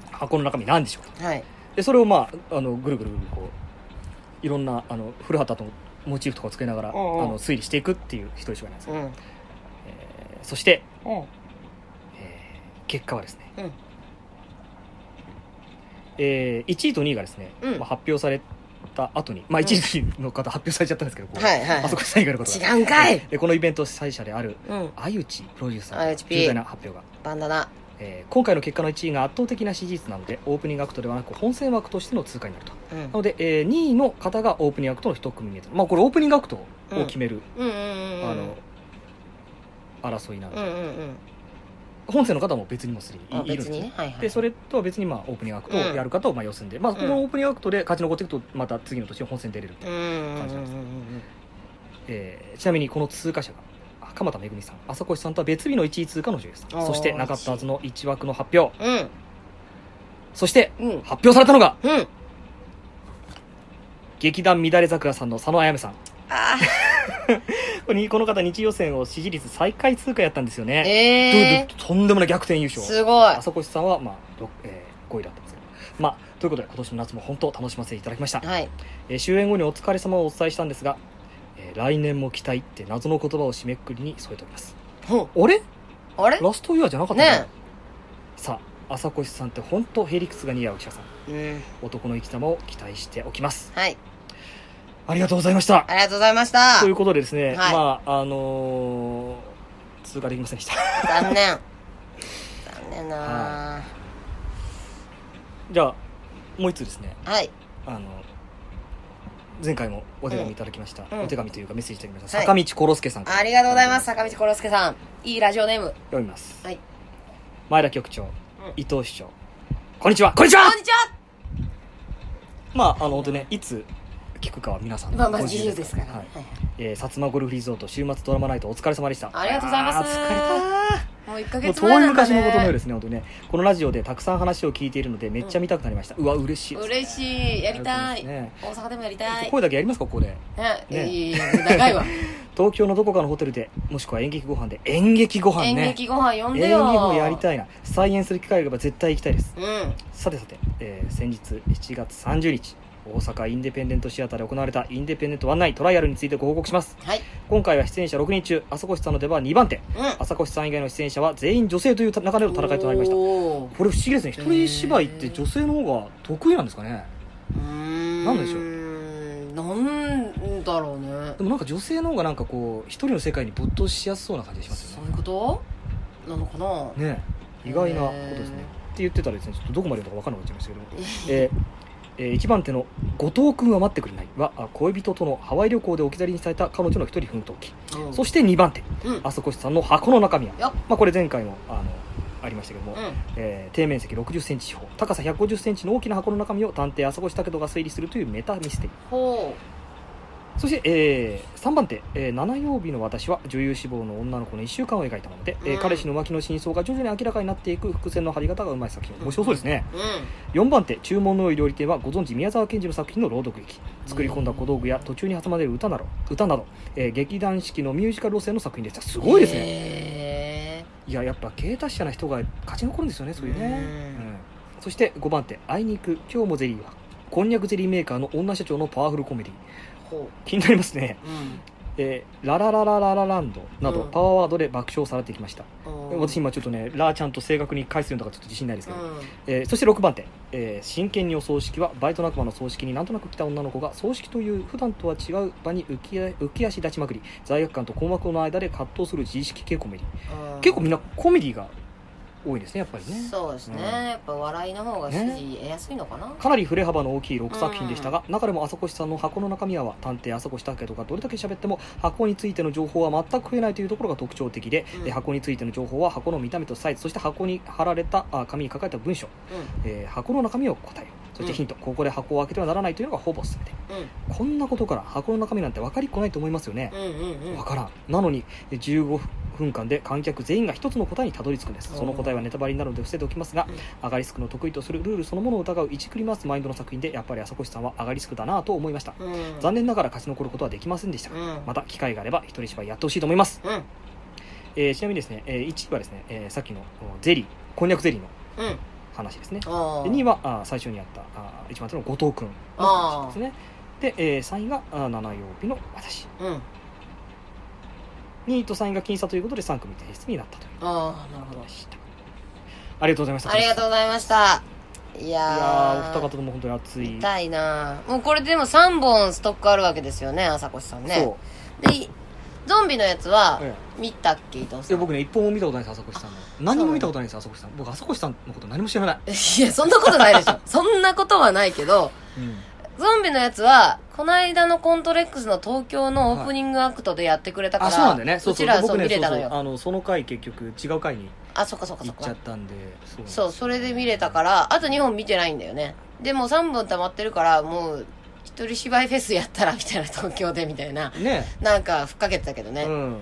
Speaker 3: 箱の中身なんでしょうと
Speaker 2: はい。
Speaker 3: でそれを、まあ、あのぐるぐるぐるこういろんなあの古畑のモチーフとかをつけながら、
Speaker 2: うんうん
Speaker 3: あの推理していくっていう一人芝居なんです
Speaker 2: う
Speaker 3: よ、
Speaker 2: ん。
Speaker 3: えーそして、
Speaker 2: うん。
Speaker 3: えー結果はですね、
Speaker 2: うん
Speaker 3: えー1位と2位がですね、
Speaker 2: うん
Speaker 3: まあ、発表された後に、まあ、1位の方発表されちゃったんですけど、こう
Speaker 2: はいはい
Speaker 3: あそこに最後のことが
Speaker 2: 違うんかい
Speaker 3: でこのイベント主催者である
Speaker 2: うん。
Speaker 3: 相内プロデューサ
Speaker 2: 相
Speaker 3: ー
Speaker 2: 内
Speaker 3: の
Speaker 2: P
Speaker 3: 重大な発表が
Speaker 2: バンダナ。
Speaker 3: えー今回の結果の1位が圧倒的な支持率なのでオープニングアクトではなく本戦枠としての通過になると
Speaker 2: うん。
Speaker 3: なので、え2位の方がオープニングアクトの1組にまあこれオープニングアクトを決める、
Speaker 2: うんうんうん。
Speaker 3: あの争いなの
Speaker 2: う
Speaker 3: で、
Speaker 2: んうんうん。
Speaker 3: 本戦の方も別にもうすで
Speaker 2: あ
Speaker 3: にいいる
Speaker 2: 別
Speaker 3: んです
Speaker 2: に
Speaker 3: ね
Speaker 2: ね。はいはい。
Speaker 3: でそれとは別にまあオープニングアクトをやる方をまあ予選で、まあ、このオープニングアクトで勝ち残っていくとまた次の年本戦出れるみた
Speaker 2: う
Speaker 3: い
Speaker 2: ん
Speaker 3: な、
Speaker 2: うん
Speaker 3: 感
Speaker 2: う
Speaker 3: じなん
Speaker 2: ん
Speaker 3: で
Speaker 2: う
Speaker 3: す
Speaker 2: ん
Speaker 3: えーちなみにこの通過者があ鎌田めぐみさん朝越さんとは別日の1位通過の女優さ
Speaker 2: あー
Speaker 3: んそしてなかったはずの1枠の発表
Speaker 2: うん。
Speaker 3: そして
Speaker 2: うん。うん。
Speaker 3: 発表されたのが
Speaker 2: うん。
Speaker 3: 劇団乱れ桜さんの佐野あやめさん
Speaker 2: あ
Speaker 3: これにこの方日予選を支持率最下位通過やったんですよ
Speaker 2: あ。
Speaker 3: ね、
Speaker 2: ええ
Speaker 3: とととんでもない逆転優
Speaker 2: ー。
Speaker 3: 勝
Speaker 2: すごい。
Speaker 3: 朝越さんは、まあろえー、5位だったんですけどまあということで今年の夏も本当楽しませていただきました、
Speaker 2: はい。
Speaker 3: えー終演後にお疲れ様をお伝えしたんですが、えー来年も期待って謎の言葉を締めくくりに添えております
Speaker 2: ほ
Speaker 3: あれ
Speaker 2: う。あれ
Speaker 3: ラストイヤーじゃなかったかな
Speaker 2: ね
Speaker 3: さあ朝越さんって本当へ理屈が似合う記者さん
Speaker 2: え。うん。
Speaker 3: 男の生き様を期待しておきます
Speaker 2: はい。
Speaker 3: ありがとうございました
Speaker 2: ありがとうございました
Speaker 3: とい。うことでです
Speaker 2: は
Speaker 3: ね、
Speaker 2: い
Speaker 3: まああのー通過できませんでした
Speaker 2: 残念。残念な
Speaker 3: じゃあもう一つですね
Speaker 2: ーはい。
Speaker 3: あの前回もお手紙いただきました、
Speaker 2: うん
Speaker 3: お手紙というかメッセージいただきました、
Speaker 2: はい
Speaker 3: 坂道コロスケさんから
Speaker 2: ありがとうございます、坂道コロスケさん。いいラジオネーム。
Speaker 3: 読みます、
Speaker 2: はい
Speaker 3: 前田局長、伊藤市長こんにちはこんにちは
Speaker 2: こんにちは
Speaker 3: まああの本当ねいつ聞くかは皆さんの
Speaker 2: まあまあ
Speaker 3: ご
Speaker 2: 自由ですからね。
Speaker 3: はい
Speaker 2: はい
Speaker 3: えー、薩摩ゴルフリゾート週末ドラマナイトお疲れ様でした
Speaker 2: ありがとうございます
Speaker 3: あー疲れ
Speaker 2: もう1ヶ
Speaker 3: たもう
Speaker 2: 月
Speaker 3: 遠
Speaker 2: 前な
Speaker 3: い
Speaker 2: んだ
Speaker 3: 昔
Speaker 2: ね。
Speaker 3: のことのようですね本当ねこのラジオでたくさん話を聞いているのでめっちゃ見たくなりました、うわ嬉しい
Speaker 2: 嬉しい。やりたい。
Speaker 3: ね
Speaker 2: 大阪でもやりたい。
Speaker 3: 声だけやりますかここで
Speaker 2: ね、
Speaker 3: ね
Speaker 2: いい長いわ。
Speaker 3: 東京のどこかのホテルでもしくは演劇ご飯で演劇ご飯
Speaker 2: 演
Speaker 3: ね
Speaker 2: 劇ご飯呼んで
Speaker 3: 演
Speaker 2: よ。
Speaker 3: 劇もやりたいな再演する機会があれば絶対行きたいです
Speaker 2: うん。
Speaker 3: さてさて、えー先日7月30日大阪インデペンデントシアターで行われたインデペンデントワンナイントライアルについてご報告します
Speaker 2: はい。
Speaker 3: 今回は出演者6人中朝越さんの出番は2番手
Speaker 2: う
Speaker 3: 朝越さん以外の出演者は全員女性という中での
Speaker 2: ん。
Speaker 3: 戦いとなりましたこ
Speaker 2: おー
Speaker 3: れ不思議ですね一人芝居って女性の方が得意なんですかね
Speaker 2: うーん。
Speaker 3: なんでしょう
Speaker 2: なんだろうね。
Speaker 3: でもなんか女性の方がなんかこう一人の世界に没頭しやすそうな感じがします
Speaker 2: そ
Speaker 3: よ
Speaker 2: ういうことなのかな
Speaker 3: ねねえ意外なことですね
Speaker 2: へー
Speaker 3: って言ってたらですねちょっとどこまで読んだか分からなくなっちゃいましたけど、えーえ1番手の「後藤君は待ってくれない」はあ恋人とのハワイ旅行で置き去りにされた彼女の一人奮闘記
Speaker 2: うん
Speaker 3: そして2番手
Speaker 2: うん。
Speaker 3: 朝越さんの箱の中身は、
Speaker 2: よっ
Speaker 3: まあ、これ前回もあのありましたけども、
Speaker 2: うん。
Speaker 3: えー底面積6 0センチ四方高さ1 5 0センチの大きな箱の中身を探偵朝越武人が推理するというメタミステリ
Speaker 2: ほ
Speaker 3: ーそして、え3番手、えー七曜日の私は女優志望の女の子の1週間を描いたもので、えー
Speaker 2: うん
Speaker 3: 彼氏の浮気の真相が徐々に明らかになっていく伏線の張り方がうまい作品面白そうですね、
Speaker 2: う。う
Speaker 3: 4番手注文の多い料理店はご存知宮沢賢治の作品の朗読劇作り込んだ小道具や途中に挟まれる歌など歌など、えー劇団四季のミュージカル路線の作品でしたす
Speaker 2: ん。
Speaker 3: ごいですね、
Speaker 2: ね。
Speaker 3: いややっぱ芸達者な人が勝ち残るんですよねそういうね、
Speaker 2: うん
Speaker 3: うんそして5番手「あいに行く今日もゼリーは」こんにゃくゼリーメーカーの女社長のパワフルコメディ
Speaker 2: ほ
Speaker 3: 気になりますね
Speaker 2: う。うん。
Speaker 3: 「えーララララララランド」など、
Speaker 2: うん
Speaker 3: パワーワードで爆笑されてきました、
Speaker 2: うん
Speaker 3: 私今ちょっとねラーちゃんと正確に返すのかちょっと自信ないです
Speaker 2: う
Speaker 3: けど、
Speaker 2: ん
Speaker 3: えーそして6番手、えー真剣にお葬式はバイト仲間の葬式になんとなく来た女の子が葬式という普段とは違う場に浮き浮き足立ちまくり罪悪感と困惑の間で葛藤する自意識系コメディ
Speaker 2: うん
Speaker 3: 結構みんなコメディが多いですねやっぱりね
Speaker 2: そうですね、
Speaker 3: うん
Speaker 2: やっぱ笑いの方が指示得やすいのかな、
Speaker 3: かなり振れ幅の大きい6作品でしたが、中でも朝越さんの箱の中身は探偵朝越だけとかどれだけ喋っても箱についての情報は全く増えないというところが特徴的で、
Speaker 2: うん
Speaker 3: え箱についての情報は箱の見た目とサイズそして箱に貼られたあ紙に書かれた文章、えー箱の中身を答えようそしてヒント、ここで箱を開けてはならないというのがほぼ全てこんなことから箱の中身なんて分かりっこないと思いますよね
Speaker 2: うん、うんうんうんうん
Speaker 3: わからんなのにえ15分間で観客全員が一つの答えにたどり着くんですその答えはネタバレになるので伏せておきますが、
Speaker 2: うん
Speaker 3: アガリスクの得意とするルールそのものを疑ういじくりますマインドの作品でやっぱり朝越さんはアガリスクだなぁと思いました、
Speaker 2: うん
Speaker 3: 残念ながら勝ち残ることはできませんでしたが、
Speaker 2: うん
Speaker 3: また機会があれば一人芝居やってほしいと思います、
Speaker 2: うん
Speaker 3: えーちなみにですね、え1位はですね、えーさっきのおゼリーこんにゃくゼリーの
Speaker 2: うん
Speaker 3: 話ですね
Speaker 2: あ
Speaker 3: で2位はあー最初にやったあ1番手の後藤君の話ですねで、え3位があー7曜日の私
Speaker 2: うん
Speaker 3: 2位と3位が僅差ということで3組提出になったという
Speaker 2: ああなるほど
Speaker 3: でしたありがとうございました
Speaker 2: ありがとうございましたい
Speaker 3: いや
Speaker 2: や
Speaker 3: ー
Speaker 2: ー
Speaker 3: お二方とも本当に熱い
Speaker 2: 痛いなもうこれでも3本ストックあるわけですよね朝越さんね
Speaker 3: そ
Speaker 2: でゾンビのやつは、
Speaker 3: え
Speaker 2: 見たっけ伊藤
Speaker 3: うい
Speaker 2: さ
Speaker 3: や
Speaker 2: ん
Speaker 3: 僕ね一本も見たことないです朝越さんの何にも見たことないです朝越さん僕朝越さんのこと何も知らない、
Speaker 2: いやそんなことないでしょそんなことはないけどゾンビのやつは、この間のコントレックスの東京のオープニングアクトでやってくれたから、
Speaker 3: あそうなんだよねそうう
Speaker 2: ち
Speaker 3: そう
Speaker 2: らは
Speaker 3: で
Speaker 2: そう見れたの
Speaker 3: そう
Speaker 2: よ。
Speaker 3: そうあのその回結局違う回に
Speaker 2: あ、そっかそっかそ
Speaker 3: 行
Speaker 2: っ
Speaker 3: っちゃ
Speaker 2: か
Speaker 3: っ。たんでそう
Speaker 2: そう、それで見れたから、あと2本見てないんだよね。でも3本溜まってるから、もう、一人芝居フェスやったら、みたいな、 東京で、みたいな。
Speaker 3: ね
Speaker 2: なんか、ふっかけてたけど
Speaker 3: う
Speaker 2: ね。
Speaker 3: ん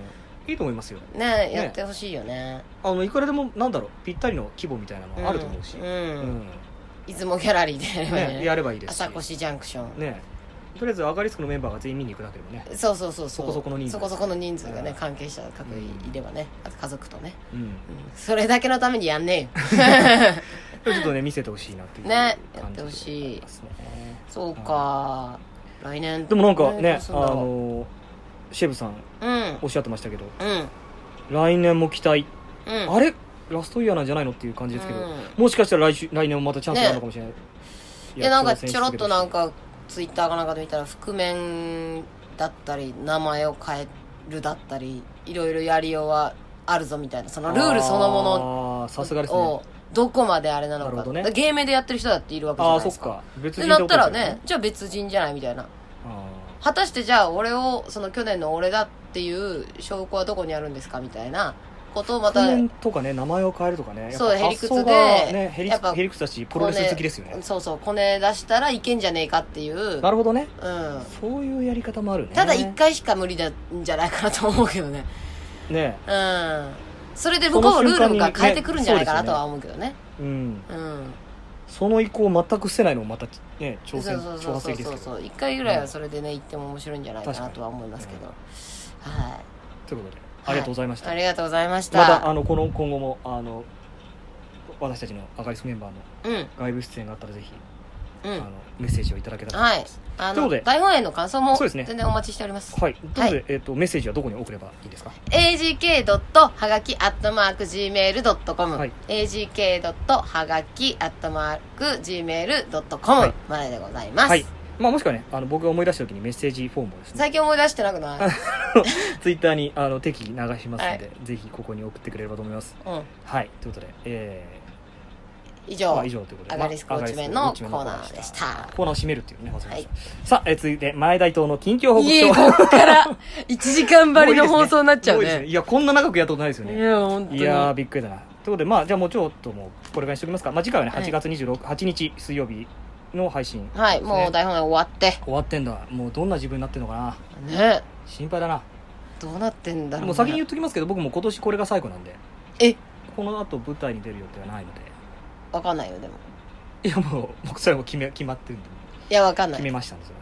Speaker 3: いいと思いますよ
Speaker 2: ねやってほしいよね。
Speaker 3: あのいくらでもなんだろうぴったりの規模みたいな
Speaker 2: うん
Speaker 3: のあると思うし
Speaker 2: う。
Speaker 3: うんん
Speaker 2: いつもギャラリーでやれば
Speaker 3: ね
Speaker 2: ね。
Speaker 3: やればいいです
Speaker 2: 朝越ジャンクション。
Speaker 3: ねとりあえずアガリスクのメンバーが全員見に行くだけでもね
Speaker 2: そうそうそうそう。
Speaker 3: そこそこの人数
Speaker 2: そこそこの人数が
Speaker 3: う
Speaker 2: ね、
Speaker 3: ん
Speaker 2: 関係者各いればね。あと家族とね。
Speaker 3: うん
Speaker 2: うんそれだけのためにやんねえよ。
Speaker 3: ちょっとね見せてほしいなっていう
Speaker 2: ねや
Speaker 3: 感
Speaker 2: って
Speaker 3: じ
Speaker 2: ほしい
Speaker 3: ですね
Speaker 2: そうか、来年
Speaker 3: でもなんか
Speaker 2: ど
Speaker 3: ね
Speaker 2: うす
Speaker 3: あ
Speaker 2: んだろう
Speaker 3: のシェブさん
Speaker 2: うん
Speaker 3: おっしゃってましたけど
Speaker 2: うん
Speaker 3: 来年も期待
Speaker 2: うん
Speaker 3: あれラストイヤーなんじゃないのっていう感じですけど
Speaker 2: うん
Speaker 3: もしかしたら来週来年もまたチャンスがあるのかもしれない
Speaker 2: いやなんか
Speaker 3: 挑戦し
Speaker 2: ちょろっ
Speaker 3: 続けて
Speaker 2: と
Speaker 3: ほしい
Speaker 2: なんかツイッターかなんかで見たら覆面だったり名前を変えるだったりいろいろやりようはあるぞみたいなそのルールそのもの
Speaker 3: のさすがですね
Speaker 2: をどこまであれなの
Speaker 3: なる
Speaker 2: か
Speaker 3: ほどね
Speaker 2: だから芸名でやってる人だっているわけじゃ
Speaker 3: あ
Speaker 2: な
Speaker 3: あ
Speaker 2: いで
Speaker 3: そっ
Speaker 2: すか
Speaker 3: か別
Speaker 2: で
Speaker 3: 人
Speaker 2: な
Speaker 3: って
Speaker 2: っ
Speaker 3: こ
Speaker 2: た
Speaker 3: と
Speaker 2: ら
Speaker 3: ですよ
Speaker 2: ねじゃあ別人じゃないみたいな
Speaker 3: あー
Speaker 2: 果たしてじゃあ俺をその去年の俺だっていう証拠はどこにあるんですかみたいなことをまた
Speaker 3: 復元とかね名前を変えるとかねやっぱ
Speaker 2: そうへりくつで
Speaker 3: 発想がねヘリ
Speaker 2: やっぱ
Speaker 3: ヘリクツだしプロレス好きですよね
Speaker 2: そうそうコネ出したらいけんじゃねえかっていう、うん、
Speaker 3: な
Speaker 2: た
Speaker 3: るほどねそういうやり方もあるね
Speaker 2: だ一回しか無理なんじゃないかなと思うけどね
Speaker 3: ね
Speaker 2: うんそれで向こうルールが変えてくるんじゃないかなとは
Speaker 3: そ
Speaker 2: 思うけどね
Speaker 3: うん
Speaker 2: うん
Speaker 3: その意向を全く捨てないのもまたね
Speaker 2: そうそう
Speaker 3: 挑戦
Speaker 2: そう
Speaker 3: 挑発
Speaker 2: そう
Speaker 3: 的で
Speaker 2: そう
Speaker 3: すけど
Speaker 2: そう一回ぐらいはそれでね行っても面白いんじゃないかなとは思いますけど
Speaker 3: う
Speaker 2: はい
Speaker 3: ということでありがとうございました
Speaker 2: ありがとうございまし
Speaker 3: また
Speaker 2: た
Speaker 3: あのこの今後もあの私たちのアガリスメンバーの
Speaker 2: うんう
Speaker 3: 外部出演があったらぜひあの
Speaker 2: ん
Speaker 3: メッセージをいただけた
Speaker 2: は
Speaker 3: らと思い
Speaker 2: い
Speaker 3: ます
Speaker 2: あ
Speaker 3: というこ
Speaker 2: の
Speaker 3: とで
Speaker 2: 台本への感想も
Speaker 3: そうですね
Speaker 2: 全然お待ちしております
Speaker 3: はいということでえっとメッセージはどこに送ればいいですか
Speaker 2: agk.hagaki.gmail.com、
Speaker 3: はい
Speaker 2: agk.hagaki.gmail.com、
Speaker 3: はい
Speaker 2: まででございます、
Speaker 3: はいまあもしくはねあの僕が思い出した時にメッセージフォームをですね
Speaker 2: 最近思い出してなくない、
Speaker 3: ツイッターにあの適宜流します
Speaker 2: は
Speaker 3: ので、ぜひここに送ってくれればと思います。
Speaker 2: うん、
Speaker 3: はい、ということで、え
Speaker 2: 以
Speaker 3: ー
Speaker 2: 上
Speaker 3: まあ、以上ということで、
Speaker 2: アガリスコーチ面
Speaker 3: ま
Speaker 2: の
Speaker 3: あアガリスコ
Speaker 2: コーナーでした
Speaker 3: コーナーを締めるっていうね、忘れました。
Speaker 2: はい
Speaker 3: さあ、えー続いて、前大東の近況報告
Speaker 2: いえ
Speaker 3: 書。
Speaker 2: こっから1時間張り の
Speaker 3: もい
Speaker 2: 放
Speaker 3: いですね
Speaker 2: 送になっちゃう
Speaker 3: もいいです
Speaker 2: ね
Speaker 3: いや、こんな長くやったことないですよ
Speaker 2: い
Speaker 3: ね。
Speaker 2: や本当
Speaker 3: い
Speaker 2: に
Speaker 3: やー、びっくりだな。ということで、まあ、じゃあもうちょっともう、これぐらいにしておきますか。まあ、次回はね、
Speaker 2: はい
Speaker 3: 8月26、8日水曜日の配信、
Speaker 2: はい
Speaker 3: ですね
Speaker 2: もう台本が終わって
Speaker 3: 終わってんだ。もうどんな自分になってんのかな。
Speaker 2: ね
Speaker 3: 心配だな。
Speaker 2: どうなってんだろう、ね、
Speaker 3: もう先に言っときますけど、僕もう今年これが最後なんで、
Speaker 2: え
Speaker 3: この後舞台に出る予定はないので。
Speaker 2: わかんないよでも
Speaker 3: いやもう僕それも決め決まってるんで
Speaker 2: いやわかんない決
Speaker 3: 決め
Speaker 2: め
Speaker 3: ましたんですよ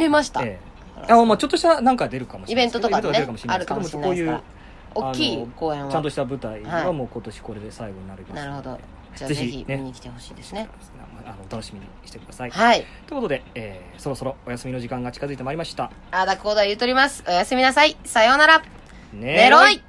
Speaker 3: ね、
Speaker 2: ました、
Speaker 3: え
Speaker 2: あ
Speaker 3: え
Speaker 2: ら
Speaker 3: あまあちょっとしたなんか出るかもし
Speaker 2: イ
Speaker 3: れ
Speaker 2: ベ
Speaker 3: ない
Speaker 2: ントとかで
Speaker 3: イベントが出
Speaker 2: ね
Speaker 3: るかもしれな
Speaker 2: あ
Speaker 3: い
Speaker 2: るか
Speaker 3: ですけど
Speaker 2: も
Speaker 3: も
Speaker 2: しれ
Speaker 3: こ
Speaker 2: な
Speaker 3: う
Speaker 2: いで
Speaker 3: い
Speaker 2: すか
Speaker 3: う
Speaker 2: ら大きい公演は
Speaker 3: ちゃんとした舞台はもう今年これで最後になる
Speaker 2: なるほどじゃあ
Speaker 3: ぜ
Speaker 2: ぜ
Speaker 3: ひ
Speaker 2: ひ
Speaker 3: ね
Speaker 2: 見に来てほしいですね
Speaker 3: あのお楽しみにしてください、
Speaker 2: はい
Speaker 3: ということで、えーそろそろお休みの時間が近づいてまいりました
Speaker 2: あーだこうだ言うとりますおやすみなさいさようなら
Speaker 3: ね
Speaker 2: 寝ろい